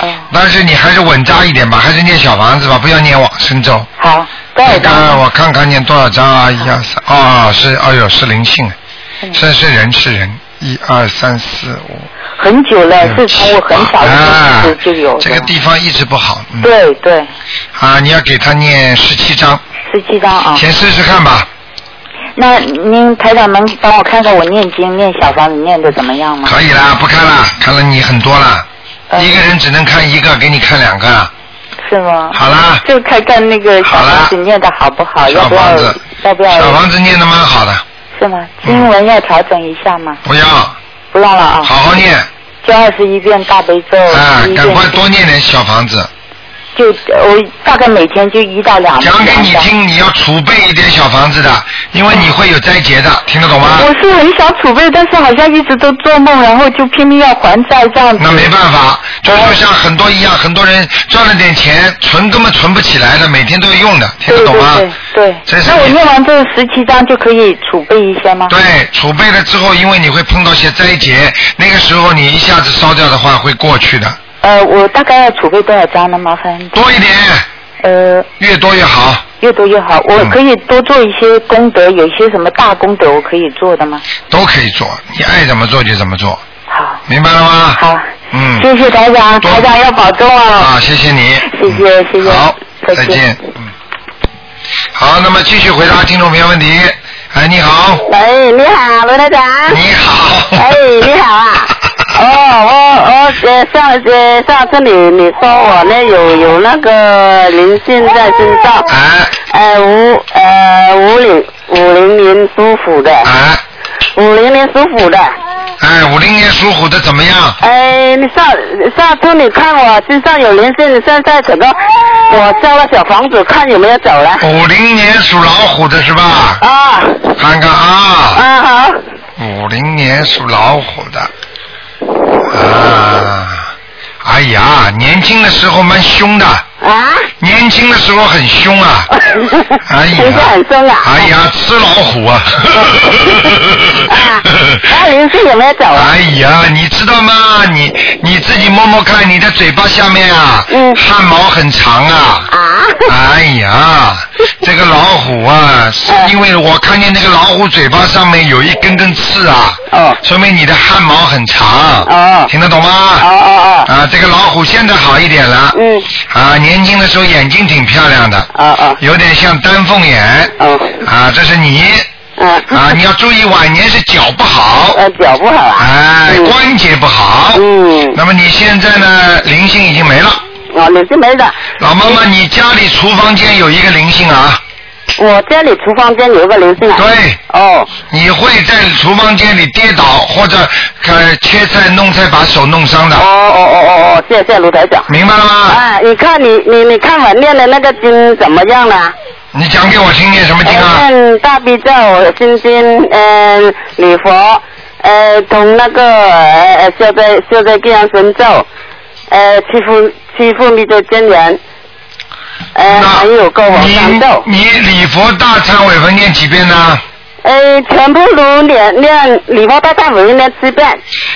S5: 哦，
S1: 但是你还是稳扎一点吧，还是念小房子吧，不要念往生咒。
S5: 好，多
S1: 那
S5: 少
S1: 个
S5: 张？
S1: 我看看念多少张啊？一二三，
S5: 嗯
S1: 哦，是，哎呦，是灵性，是是人是人，一二三四五
S5: 很久了，
S1: 六
S5: 是
S1: 七
S5: 从我很小的
S1: 嗯啊
S5: 时候就有的。
S1: 这个地方一直不好，嗯，
S5: 对对，
S1: 啊，你要给他念十七章，
S5: 十七张啊。
S1: 先试试看吧，
S5: 那您台长能帮我看看我念经念小房子念的怎么样
S6: 嗯
S5: 吗？
S1: 可以啦，不看啦，看了你很多啦，
S5: 呃
S1: 一个人只能看一个，给你看两个，
S5: 是
S6: 嗯
S5: 吗？
S1: 好啦，
S5: 就看看那个小房子
S1: 好了
S5: 念的好不好，要
S1: 小
S5: 不要
S1: 房子，
S5: 要不
S6: 嗯
S5: 要
S1: 小房子念的蛮好的，
S5: 是吗？经文要调整一下吗？
S1: 不要，
S5: 不让了啊，
S6: 嗯
S1: 好好念，
S5: 就二十一遍大悲咒，
S1: 嗯啊
S5: 十一，
S1: 赶
S5: 遍
S1: 快多念点小房子，
S6: 就我大概每天就一到两张。
S1: 讲给你听，你要储备一点小房子的，因为你会有灾劫的，听得懂吗？
S6: 我是很想储备，但是好像一直都做梦，然后就拼命要还债这样子。
S1: 那没办法，就就像很多一样，很多人赚了点钱，存根本存不起来的，每天都要用的，听得懂吗？
S6: 对对
S1: 这
S6: 对
S1: 是
S6: 那我
S1: 你
S6: 念完这十七章就可以储备一些吗？
S1: 对，储备了之后，因为你会碰到些灾劫，那个时候你一下子烧掉的话会过去的，
S6: 呃，我大概要储备多少张呢？麻烦。
S1: 多一点，
S6: 呃，
S1: 越多越好。
S6: 越多越好。我
S1: 嗯
S6: 可以多做一些功德，有一些什么大功德我可以做的吗？
S1: 都可以做，你爱怎么做就怎么做，
S6: 好，
S1: 明白了吗？
S6: 好，
S1: 嗯，
S6: 谢谢台长，
S1: 多
S6: 台长要保重
S1: 啊，
S6: 啊。
S1: 谢谢你，
S6: 谢谢
S1: 嗯
S6: 谢谢
S1: 好，
S6: 再
S1: 再
S6: 见
S1: 见，嗯，好，那么继续回答听众朋友问题。哎，你好，
S5: 喂，你好，罗台长。
S1: 你好，
S5: 哎，你好啊！哦，我我呃上呃上次你你说我呢有有那个灵性在身上，
S1: 哎
S5: 呃五呃五零五零年属虎的，
S1: 哎
S5: 五零年属虎的。
S1: 哎，五零年属虎的怎么样？
S5: 哎，你上上次你看我身上有灵性，现在整个我交了小房子，看有没有走了。
S1: 五零年属老虎的是吧？
S5: 啊
S1: 看看啊。
S5: 啊好，
S1: 五零年属老虎的，啊，哎呀，年轻的时候蛮凶的，
S5: 啊，
S1: 年轻的时候很凶 啊，哎呀
S5: 现在很凶啊。
S1: 哎呀，吃老虎啊，
S5: 啊，那灵性有没有走啊？
S1: 哎呀，你知道吗？你你自己摸摸看，你的嘴巴下面啊，
S5: 嗯
S1: 汗毛很长啊。
S5: 啊，
S1: 哎呀，这个老虎啊，是
S5: 嗯
S1: 因为我看见那个老虎嘴巴上面有一根根刺啊，
S5: 哦
S1: 说明你的汗毛很长，
S5: 哦
S1: 听得懂
S5: 哦
S1: 吗？
S5: 哦哦，
S1: 啊，这个老虎现在好一点了，
S5: 嗯，
S1: 啊，年轻的时候眼睛挺漂亮的，
S5: 哦哦
S1: 有点像丹凤眼，
S5: 哦，
S1: 啊，这是你，
S5: 嗯，
S1: 啊，你要注意晚年是脚不好，
S5: 呃，脚不好啊，
S1: 哎，
S5: 嗯
S1: 关节不好，
S5: 嗯，
S1: 那么你现在呢，灵性已经没了，
S5: 哦，你是没的，
S1: 老妈妈，你家里厨房间有一个灵性啊，
S5: 我家里厨房间有个灵性啊，
S1: 对。
S5: 哦，
S1: 你会在厨房间里跌倒，或者呃切菜弄菜把手弄伤
S5: 哦
S1: 的，
S5: 哦哦哦哦，谢谢卢台长。
S1: 明白了吗？
S5: 啊，你看你你你看我念的那个经怎么样了？
S1: 你讲给我听念什么
S5: 我
S1: 经啊？
S5: 念哎大悲咒、心经、嗯、礼佛，呃，同那个呃呃消灾消灾吉祥神咒，呃，七福七福弥陀真言，呃，
S1: 那
S5: 还有个往生咒，
S1: 你你礼佛大忏悔文念几遍呢？
S5: 呃，全部都念念礼佛大忏悔念七遍。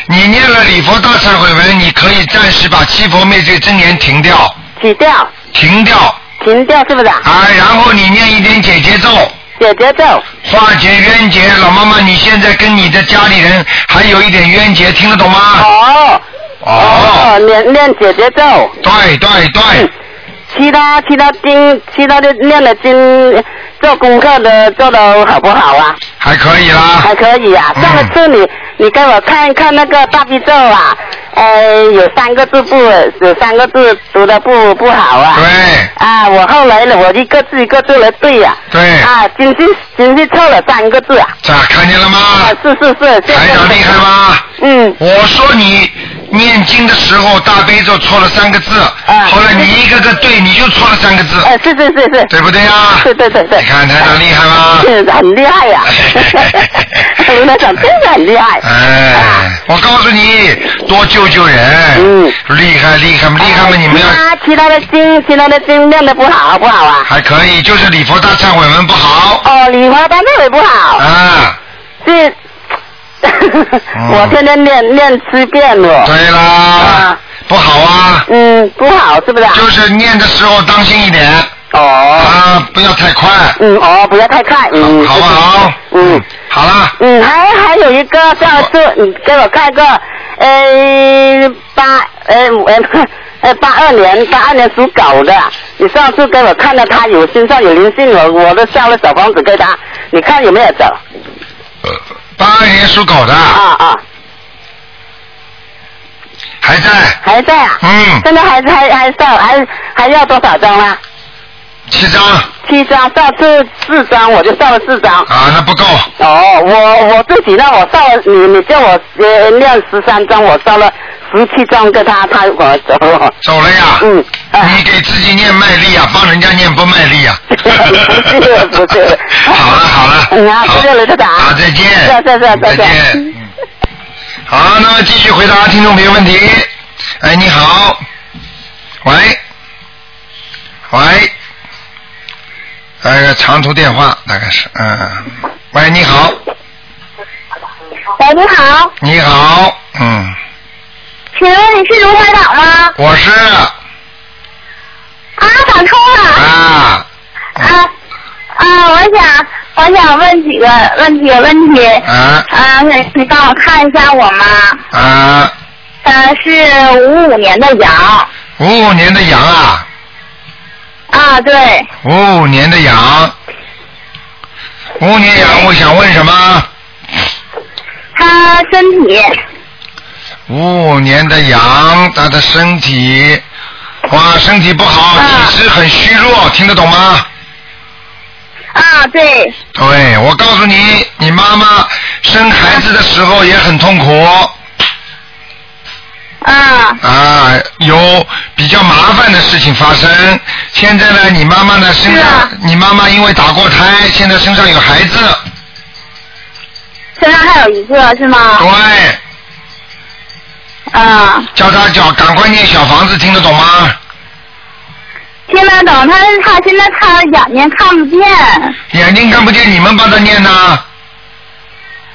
S1: 你念了礼佛大忏悔文，你可以暂时把七佛灭罪真言停掉，
S5: 取掉，
S1: 停掉
S5: 停掉是不是啊？
S1: 啊，然后你念一点解结咒，
S5: 解决咒，
S1: 化解冤结。老妈妈，你现在跟你的家里人还有一点冤结，听得懂吗？
S5: 哦，
S1: 哦，
S5: 念念解决咒，
S1: 对对对
S5: 嗯，其他其他经其他的念的经做功课的做的好不好啊？
S1: 还可以啦。
S5: 还可以啊，
S1: 嗯
S5: 上一次你你给我看一看那个大悲咒啊，呃，有三个字不，有三个字读的不不好啊。
S1: 对
S5: 啊，我后来呢，我一个字一个字来对呀、
S1: 对，
S5: 啊。啊，仅是仅是错了三个字啊。
S1: 这看见了吗
S5: 啊，？是是是，谢
S1: 台
S5: 谢
S1: 长厉害吗？
S5: 嗯，
S1: 我说你念经的时候大悲咒错了三个字，
S5: 啊
S1: 后来你一个个对，你就错了三个字，
S5: 哎、是是是是。
S1: 对不对呀、
S5: 对对对对，
S1: 你看台长厉害吗？
S5: 是很厉害 呀、卢台长真的很厉害。啊
S1: 哎，我告诉你，多救救人，
S5: 嗯
S1: 厉害厉害厉害嘛！你们要
S5: 啊，其他的经，其他的经念的不好，好不好啊？
S1: 还可以，就是礼佛大忏悔文不好
S5: 哦，礼花单那也不好，
S1: 啊。
S5: 是，我天天练练七遍了。
S1: 嗯对啦
S5: 啊，
S1: 不好啊，
S5: 嗯，不好是不是啊？
S1: 就是念的时候当心一点
S5: 哦，
S1: 啊，不要太快，
S5: 嗯，哦，不要太快，嗯，
S1: 好不啊好？
S5: 嗯，
S1: 好了。
S5: 嗯，还还有一个上次你给我看一个，呃，八呃 五呃呃八二年八二年属狗的，你上次给我看到他有身上有灵性，我我都上了小房子给他，你看有没有走？
S1: 呃八二年属狗的
S5: 啊啊，
S1: 还在，
S5: 还在啊？
S1: 嗯，
S5: 现在还还还上还还要多少张啦？
S1: 七张啊，
S5: 七张，上次四张我就上了四张。哦
S1: 那不够，
S5: 哦，我我自己呢，我上了你你叫我呃念十三张，我上了
S7: 十七张给他，他我走了。
S1: 走了呀？
S7: 嗯，
S1: 你给自己念卖力啊，帮人家念不卖力啊。
S7: 不是不是。
S1: 好了好了，
S7: 嗯啊，谢谢了，台长。
S1: 好，再见。
S7: 再见再见
S1: 再
S7: 再见
S1: 见。嗯好，那么继续回答听众朋友问题。哎，你好，喂，喂，呃，长途电话大概是，嗯，喂，你好，
S5: 喂，你好，
S1: 你好，嗯，
S5: 请问你是卢台长吗？
S1: 我是
S5: 啊，打通了。
S1: 啊，
S5: 啊啊，我想我想问几个问几个问题。
S1: 啊
S5: 啊，你你帮我看一下我妈，
S1: 啊，
S5: 呃，是五五年的羊。
S1: 五五年的羊啊，
S5: 啊，对，
S1: 五五年的羊，五五年羊，我想问什么？
S5: 她身体
S1: 五五年的羊，他的身体，哇，身体不好，
S5: 啊
S1: 体质很虚弱，听得懂吗？
S5: 啊，对，
S1: 对，我告诉你，你妈妈生孩子的时候也很痛苦
S5: 啊
S1: 啊，有比较麻烦的事情发生。现在呢，你妈妈呢身上，
S5: 是啊
S1: 你妈妈因为打过胎，现在身上有孩子，
S5: 身上还有一个是吗？
S1: 对，
S5: 啊，
S1: 叫她叫赶快念小房子，听得懂吗？
S5: 听得懂，她她现在她眼睛看不见，
S1: 眼睛看不见，你们帮她念
S5: 啊
S1: 呐。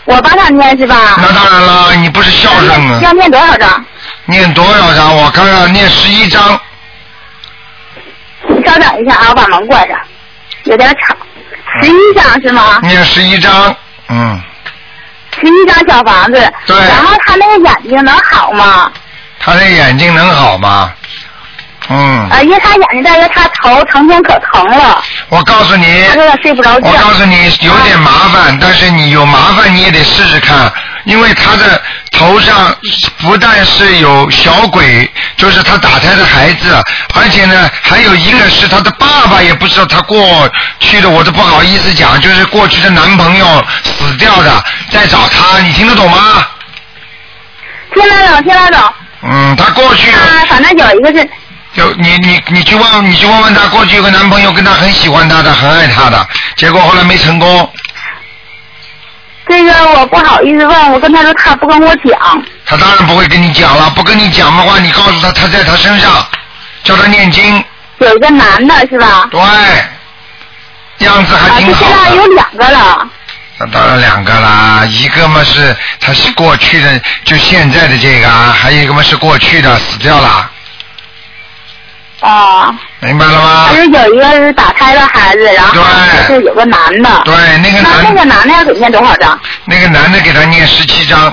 S5: 我帮她念是吧？
S1: 那当然了，你不是孝顺吗？
S5: 要念多少张？
S1: 念多少章？我看看，念十一
S5: 啊
S1: 章。
S5: 稍等一下啊，我把门关上，有点吵。十一张是吗？
S1: 念十一章。嗯，
S5: 十一张小房子。
S1: 对
S5: 然后他那个眼睛能好吗？
S1: 他这眼睛能好吗？嗯，
S5: 呃，因为他眼睛大约他头疼天可疼了，
S1: 我告诉你，
S5: 他有点睡不着觉
S1: 我。啊告诉你有点麻烦，但是你有麻烦你也得试试看，因为他的头上不但是有小鬼，就是他打胎的孩子，而且呢还有一个是他的爸爸，也不知道他过去的，我都不好意思讲，就是过去的男朋友死掉的，在找他，你听得懂吗？
S5: 听得懂，听得懂。
S1: 嗯，他过去
S5: 啊，反正有一个是
S1: 有你你你去问你去问问她，过去有个男朋友跟她很喜欢她的，很爱她的，结果后来没成功，
S5: 这个我不好意思问，我跟他说他不跟我讲。
S1: 她当然不会跟你讲了，不跟你讲的话，你告诉她她在她身上，叫她念经，
S5: 有一个男的是吧？
S1: 对，样子
S5: 啊，
S1: 还
S5: 就
S1: 挺
S5: 现
S1: 好
S5: 在有
S1: 的。
S5: 两个了。
S1: 那当然两个啦，一个嘛是她是过去的，就现在的这个啊，还有一个嘛是过去的死掉了，
S5: 啊，
S1: 明白了吗
S5: 他？是有一个是打胎的孩子，然后
S1: 对
S5: 是有个男的。
S1: 对，那个
S5: 那那个
S1: 男
S5: 男的要给念多少张？
S1: 那个男的给她念十七章。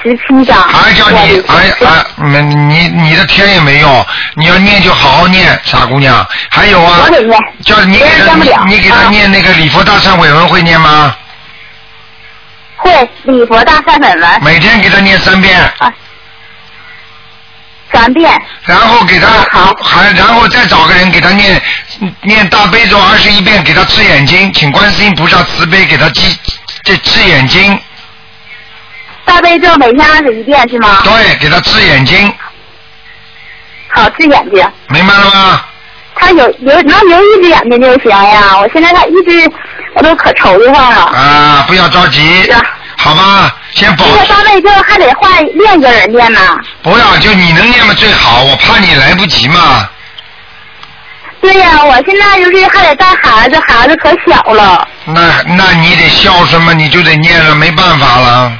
S5: 十七张。
S1: 还叫你
S5: 我的
S1: 哎
S5: 天
S1: 哎，没你你的天也没用，你要念就好好念，傻姑娘。还有啊
S5: 我得念，
S1: 叫你给
S5: 别人
S1: 他
S5: 干不了
S1: 你给他
S5: 啊
S1: 念那个礼佛大忏悔文会念吗？
S5: 会礼佛大忏悔文
S1: 每天给他念三遍，
S5: 三遍，
S1: 然后给他
S5: 啊好
S1: 还然后再找个人给他念念大悲咒二十一遍，给他治眼睛，请观世音菩萨慈悲给他治这治眼睛，
S5: 大悲咒每天二十一遍是吗？
S1: 对，给他治眼睛，
S5: 好治眼睛，
S1: 明白了吗？
S5: 他有有能留一只眼睛就行呀。我现在他一只我都可愁得慌了。
S1: 啊，不要着急
S5: 是啊，
S1: 好吧，先保
S5: 这个大悲咒还得换另一个人念呢。
S1: 不要，就你能念嘛最好，我怕你来不及嘛。
S5: 对呀、我现在就是还得带孩子，孩子可小了。
S1: 那那你得孝顺嘛，你就得念了，没办法了，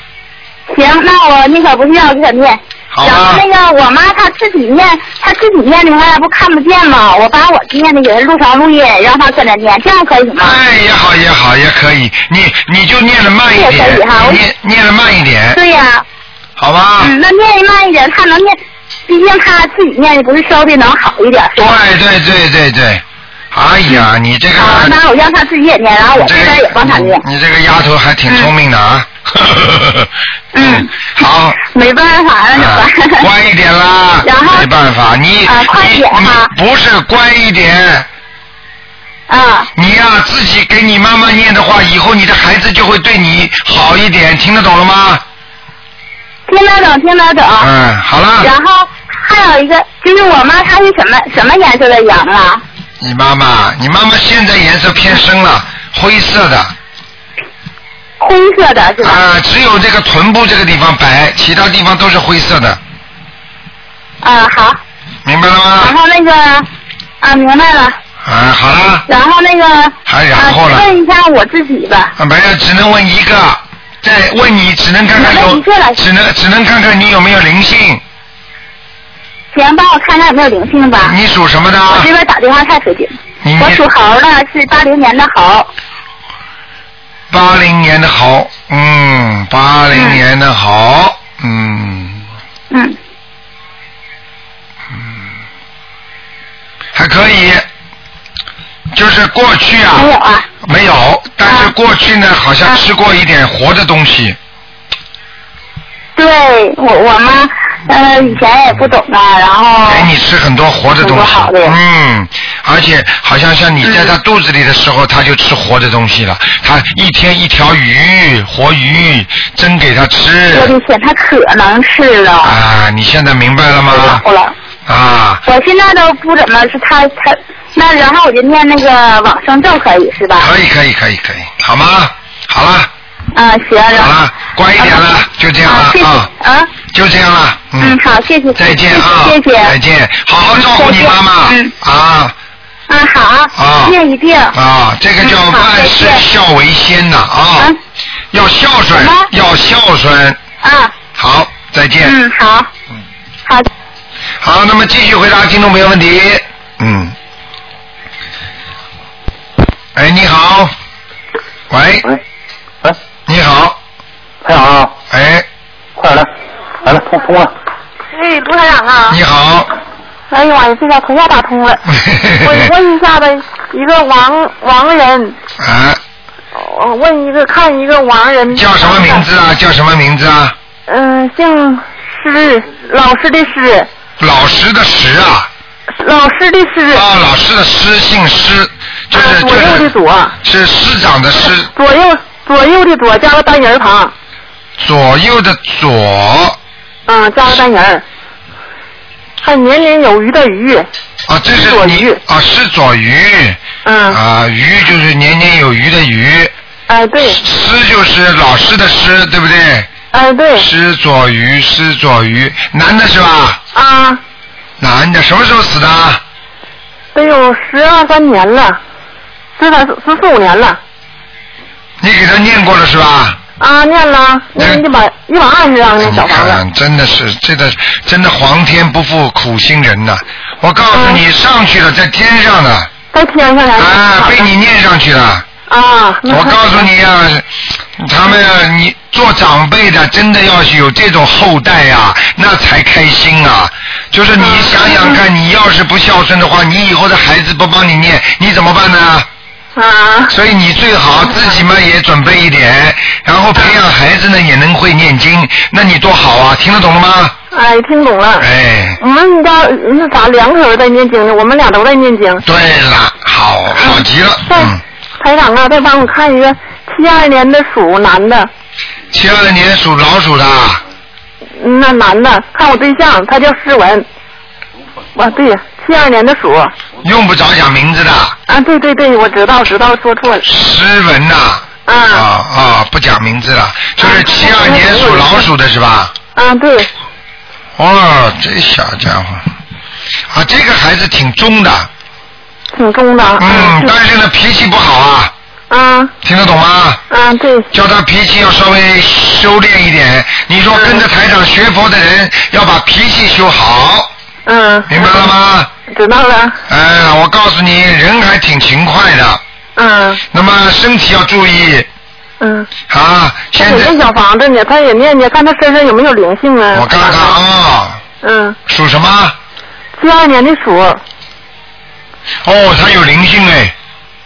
S5: 行，那我宁可不要，我就想念。
S1: 好啊
S5: 然后
S1: 吧
S5: 那？个我妈她自己念，她自己念的话，她不看不见吗？我把我念的给她录成录音，让她跟着念，这样可以吗？
S1: 哎，也好，也好，也可以。你你就念的慢一
S5: 这也可
S1: 点
S5: 以哈，我
S1: 你念念的慢一点，
S5: 对呀、
S1: 好吧？
S5: 嗯，那念一慢一点，她能念，毕竟她自己念的不是稍微能好一点。
S1: 对对对对对。哎呀，你这个
S5: 嗯好，那我让她自己也念，然后我
S1: 你
S5: 这
S1: 这嗯个
S5: 边也帮她念。
S1: 你这个丫头还挺聪明的啊。
S5: 嗯
S1: 好。
S5: 没办法，
S1: 啊
S5: 那怎么办？
S1: 乖一点啦
S5: 然，后
S1: 没办法，你
S5: 啊快
S1: 你
S5: 点哈
S1: 你不是乖一点，
S5: 啊，
S1: 你呀、自己给你妈妈念的话，以后你的孩子就会对你好一点，听得懂了吗？
S2: 听得懂，听得懂。
S1: 嗯，好了，
S2: 然后还有一个，就是我妈她是什么什么颜色的羊啊？
S1: 你妈妈，你妈妈现在颜色偏深了，灰色的，
S2: 灰色的是吧？
S1: 啊，只有这个臀部这个地方白，其他地方都是灰色的，
S2: 啊、好。
S1: 明白了
S2: 然
S1: 吗？
S2: 后那个啊，明白了。
S1: 啊，好了，
S2: 然后那个
S1: 还然后
S2: 啊、
S1: 了，
S2: 问一下我自己吧。
S1: 啊，没有，只能问一个，再问你只能看看
S2: 只
S1: 有
S2: 能问一个了，
S1: 只能只能看看你有没有灵性，
S2: 行，帮我看看有没有灵性吧。
S1: 你属什么的？
S2: 啊我这边打电话太费劲。
S1: 你
S2: 我属猴的，是八零年的猴。
S1: 八零年的好，嗯，八零年的好，嗯，
S2: 嗯，
S1: 还可以，就是过去啊，
S2: 没有啊。
S1: 没有，但是过去呢，好像吃过一点活的东西，
S2: 对我我妈，呃，以前也不懂啊，然后
S1: 给你吃很多活的东
S2: 很多
S1: 西
S2: 好，的嗯
S1: 嗯，而且好像像你在他肚子里的时候，他就吃活的东西了，他一天一条鱼，活鱼蒸给他
S2: 我
S1: 吃，
S2: 的天，她可能是了，
S1: 啊，你现在明白了吗？
S2: 老了。
S1: 啊，
S2: 我现在都不怎么是她她那，然后我就念那个往生咒可以是吧？
S1: 可以可以可以可以，好吗？好了。
S2: 嗯，行，然
S1: 好
S2: 后
S1: 了，乖一点了，就这样
S2: 啊，谢
S1: 了
S2: 谢
S1: 啊，
S2: 啊，
S1: 就这样了，
S2: 嗯，好，谢谢，
S1: 再见啊，
S2: 谢谢，
S1: 再见，好好照顾你
S2: 再见
S1: 妈妈
S2: 嗯
S1: 啊
S2: 嗯，
S1: 啊
S2: 好，一定一定，
S1: 啊，这个叫
S2: 嗯好
S1: 万事
S2: 再见
S1: 孝为先呐啊
S2: 嗯，
S1: 要孝顺
S2: 什么，
S1: 要孝顺，
S2: 啊，
S1: 好，再见，
S2: 嗯，好，好，
S1: 好，那么继续回答听众朋友问题，嗯，哎，你好，喂，
S8: 喂，哎喂，
S1: 你好，
S8: 台长啊，
S1: 哎，
S8: 快来，来了，通通了，
S5: 哎，卢台长啊！
S1: 你好，
S5: 哎呀妈呀，这下头下打通 了。
S1: 哎
S5: 我问一下呗，一个王王人，
S1: 啊，
S5: 我问一个看一个王人。
S1: 叫什么名字？啊？叫什么名字啊？
S5: 嗯、姓施，老师的施，
S1: 老师的师啊，
S5: 老师的施，
S1: 啊，老师的师姓师，就是
S5: 呃
S1: 就
S5: 左右的
S1: 是
S5: 左，
S1: 是师长的师，
S5: 左右左右的左加个单人旁，
S1: 左右的左
S5: 嗯，加个单人儿。还年年有余的余，
S1: 啊，这是
S5: 左
S1: 你
S5: 鱼
S1: 啊，是左鱼
S5: 嗯，哎、
S1: 啊，鱼就是年年有余的鱼，
S5: 对，
S1: 师就是老师的师，对不对？
S5: 哎、对，
S1: 师左鱼，师左鱼，男的是吧？
S5: 啊，
S1: 男的什么时候死的？
S5: 得有十二三年了，十三十四五年了。
S1: 你给他念过了是吧？
S5: 啊，念了，念一百一百二十张那
S1: 你
S5: 小房子。
S1: 看，嗯真的是这个，真的皇天不负苦心人呐！我告诉
S5: 嗯
S1: 你，上去了，在天上呢，
S5: 在天上来
S1: 啊，被你念上去了。
S5: 啊，那
S1: 我告诉你呀、他们啊你做长辈的，真的要是有这种后代呀、那才开心啊！就是你
S5: 嗯
S1: 想想看，你要是不孝顺的话，你以后的孩子不帮你念，你怎么办呢？
S5: 啊，
S1: 所以你最好自己嘛也准备一点，然后培养孩子呢也能会念经，那你多好啊！听得懂了吗？
S5: 哎，听懂了。
S1: 哎，
S5: 我们家那咋两口子在念经呢？我们俩都在念经。
S1: 对了，好好极了，
S5: 再
S1: 嗯，
S5: 台长啊，再帮我看一个七二年的属男的，
S1: 七二年属老鼠的，
S5: 嗯那男的，看我对象，他叫诗文。啊，对，七二年的鼠。
S1: 用不着讲名字的，
S5: 啊，对对对，我知道知道，说错了。
S1: 诗文呐、
S5: 啊
S1: 啊啊，不讲名字了，就是
S5: 啊
S1: 七二年属老鼠的是吧？
S5: 啊，对，
S1: 哦，这小家伙，啊，这个孩子挺忠
S5: 啊
S1: 的，
S5: 挺中的。
S1: 嗯，
S5: 对
S1: 但是呢脾气不好啊，
S5: 啊
S1: 听得懂吗？
S5: 啊，对，
S1: 叫他脾气要稍微收敛一点。你
S5: 嗯
S1: 说跟着台长学佛的人要把脾气修好，
S5: 嗯。
S1: 明白了？吗？
S5: 知道了。
S1: 哎，我告诉你，人还挺勤快的，
S5: 嗯
S1: 那么身体要注意
S5: 嗯。
S1: 啊。现
S5: 他也
S1: 在
S5: 念小房子呢，他也念呢，看他身上有没有灵性啊。
S1: 我看看啊，
S5: 嗯，
S1: 属什么？
S5: 七二年的鼠
S1: 哦，他有灵性哎，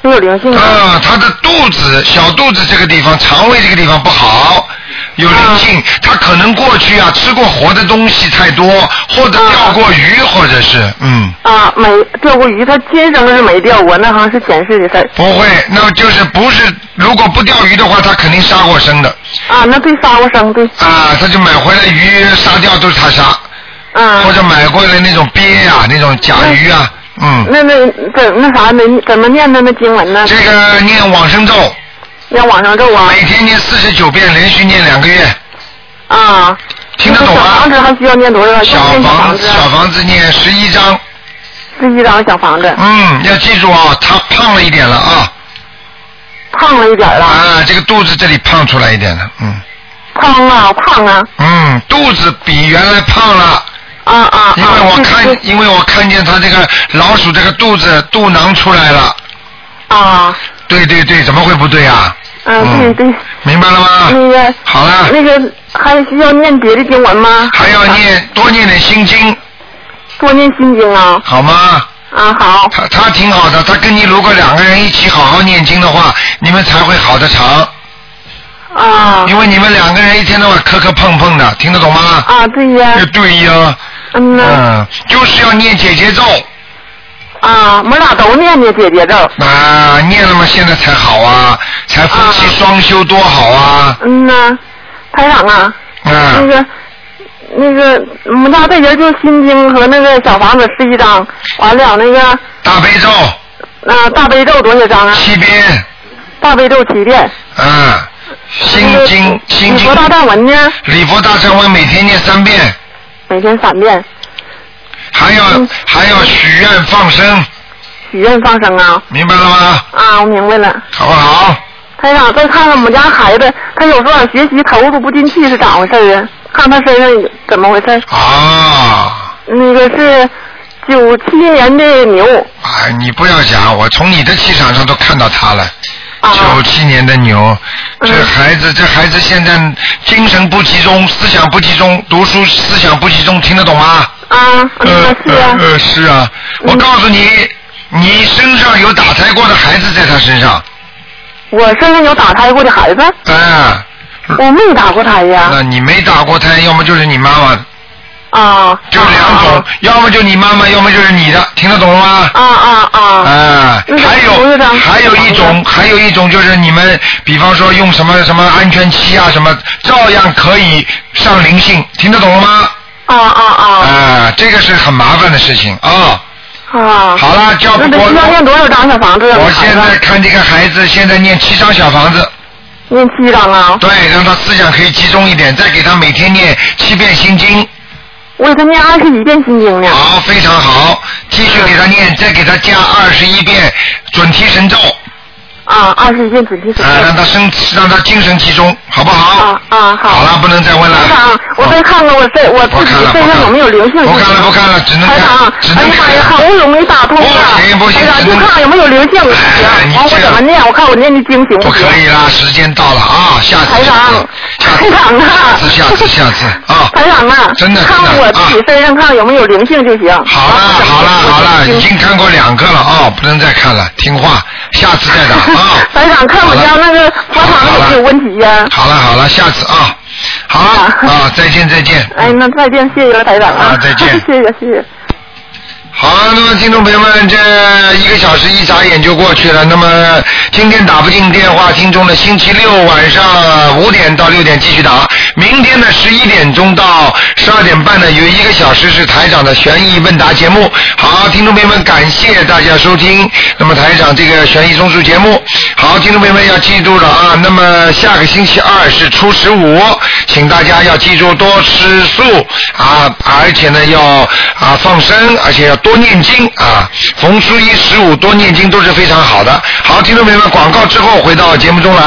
S5: 就有灵性啊。
S1: 啊，他的肚子、小肚子这个地方、肠胃这个地方不好，有灵
S5: 啊
S1: 性。他可能过去啊吃过活的东西太多，或者钓过鱼，或者是嗯。
S5: 啊，没钓过鱼，他今生是没钓过，那好像是前世的事儿。
S1: 不会，那就是不是，如果不钓鱼的话，他肯定杀过生的。
S5: 啊，那对杀过生对。
S1: 啊，他就买回来鱼杀掉都是他杀，
S5: 啊。嗯
S1: 或者买回来那种鳖呀、那种甲鱼啊，嗯，
S5: 那那怎那啥那怎么念的那经文呢？
S1: 这个念往生咒，
S5: 念往生咒啊。
S1: 每天念四十九遍，连续念两个月。
S5: 啊。
S1: 听得懂吗
S5: 小房子还需要念多少？
S1: 小
S5: 要念
S1: 房
S5: 子啊
S1: 子，小房子念十一章，
S5: 十一张小房子，
S1: 嗯，要记住啊，他胖了一点了啊，
S5: 胖嗯了一点了，
S1: 啊，这个肚子这里胖出来一点了，嗯
S5: 胖啊胖啊
S1: 嗯，肚子比原来胖了，
S5: 啊啊啊！
S1: 因为我
S5: 就是
S1: 看，因为我看见他这个老鼠这个肚子肚囊出来了，
S5: 啊，
S1: 对对对，怎么会不对啊？
S5: 嗯对对，
S1: 明白了
S5: 那
S1: 吗？
S5: 个
S1: 好了，
S5: 那个还需要念别的经文吗？
S1: 啊还要念多念点心经，
S5: 多念心经啊
S1: 好吗？
S5: 啊好
S1: 他他挺好的，他跟你如果两个人一起好好念经的话，你们才会好得长。
S5: 啊
S1: 因为你们两个人一天到晚磕磕碰碰的，听得懂吗？
S5: 啊对呀
S1: 哎对呀，
S5: 嗯呐
S1: 嗯，就是要念姐姐咒
S5: 啊，我们俩都念的姐姐咒，
S1: 啊，念了嘛，现在才好啊，才夫妻双修多好啊，
S5: 嗯呐，台长啊，那
S1: 嗯，
S5: 个。那个，我们家这人就心经和那个小房子十一张，完了那个，
S1: 大悲咒
S5: 呃，大悲咒多少张啊？
S1: 七遍，
S5: 大悲咒七遍。
S1: 嗯，心经心经
S5: 礼佛，大忏文呢，
S1: 礼佛大忏悔每天念三遍，
S5: 每天三遍，
S1: 还要
S5: 嗯
S1: 还要许愿放生，
S5: 许愿放生啊。
S1: 明白了吗？
S5: 啊，我明白了。
S1: 好不好？
S5: 台长，再看看我们家孩子，他有时候啊学习投入不进去是咋回事儿啊？看他身上怎么回事儿？
S1: 啊，
S5: 那个是九七年的牛
S1: 哎，你不要讲，我从你的气场上都看到他了。
S5: 啊
S1: 九七年的牛，这
S5: 嗯
S1: 孩子，这孩子现在精神不集中，思想不集中，读书思想不集中，听得懂吗？
S5: 啊，那个是啊嗯
S1: 呃呃是啊，我告诉你，你身上有打胎过的孩子在他身上，
S5: 我身上有打胎过的孩子，
S1: 哎，
S5: 我没打过胎呀。
S1: 那你没打过胎，要么就是你妈妈，
S5: 啊，
S1: 就两种，要么就你妈妈，要么就是你的，听得懂了吗？
S5: 啊啊啊
S1: 啊，
S5: 那个
S1: 还
S5: 投
S1: 有
S5: 资上
S1: 还有一种，嗯还有一种就是你们，比方说用什么什么安全期啊，什么照样可以上灵性，听得懂了吗？
S5: 啊啊
S1: 啊，这个是很麻烦的事情啊。
S5: 啊啊！
S1: 好了，叫
S5: 那得需要念
S1: 我
S5: 多少张小房子啊？
S1: 我现
S5: 孩
S1: 在
S5: 子
S1: 看这个孩子现在念七张小房子，
S5: 念七张啊，
S1: 对，让他思想可以集中一点，再给他每天念七遍心经，
S5: 我给他念二十一遍心经呢。
S1: 好，非常好，继续给他
S5: 嗯
S1: 念，再给他加二十一遍准提神咒，嗯
S5: 啊，二十一遍准提神
S1: 啊，让
S5: 咒。
S1: 他生让他精神集中，好不好
S5: 嗯啊？啊，
S1: 好
S5: 好。
S1: 了，不能再问了
S5: 台。长，我再看看我这我
S1: 不
S5: 自己
S1: 看了，不
S5: 身
S1: 看
S5: 上
S1: 了，
S5: 有没有灵性？
S1: 不看了，不看了，只能
S5: 台长
S1: 看，，只
S5: 哎
S1: 能
S5: 呀妈
S1: 看
S5: 呀，好不容易打通了，啊
S1: 不行不行
S5: 台长
S1: 只
S5: 就
S1: 能
S5: 看看有没有灵性，不行
S1: 哎你，
S5: 完
S1: 这样
S5: 我怎么念？我看我念的经行啊
S1: 不
S5: 行？
S1: 可以啦，时间到了啊，下次，
S5: 台长
S1: 下次，
S5: 台长啊
S1: 下次，下次，下次啊，
S5: 台长啊，
S1: 真的
S5: 看
S1: 真的啊
S5: 我自己身上看有没有灵性就行。
S1: 好了，
S5: 完
S1: 好了，好了，
S5: 我
S1: 已经看过两个了啊，不能再看了，听话，下次再打啊
S5: 。台长，看我家
S1: 好了
S5: 那个佛堂有没有问题 呀？
S1: 好了好了，下次啊，好
S5: 啊
S1: 啊，再见再见。
S5: 哎，那再见，谢谢了，台长
S1: 啊再见
S5: 谢谢谢谢。
S1: 好，那么听众朋友们，这一个小时一眨眼就过去了。那么今天打不进电话，听众呢，星期六晚上五点到六点继续打，明天呢十一点钟到十二点半呢有一个小时是台长的悬疑问答节目。好，听众朋友们，感谢大家收听。那么台长这个悬疑综述节目，好，听众朋友们要记住了啊。那么下个星期二是初十五，请大家要记住多吃素啊，而且呢要啊放生，而且要多念经啊。逢初一十五多念经都是非常好的。好，听众朋友们，广告之后回到节目中来。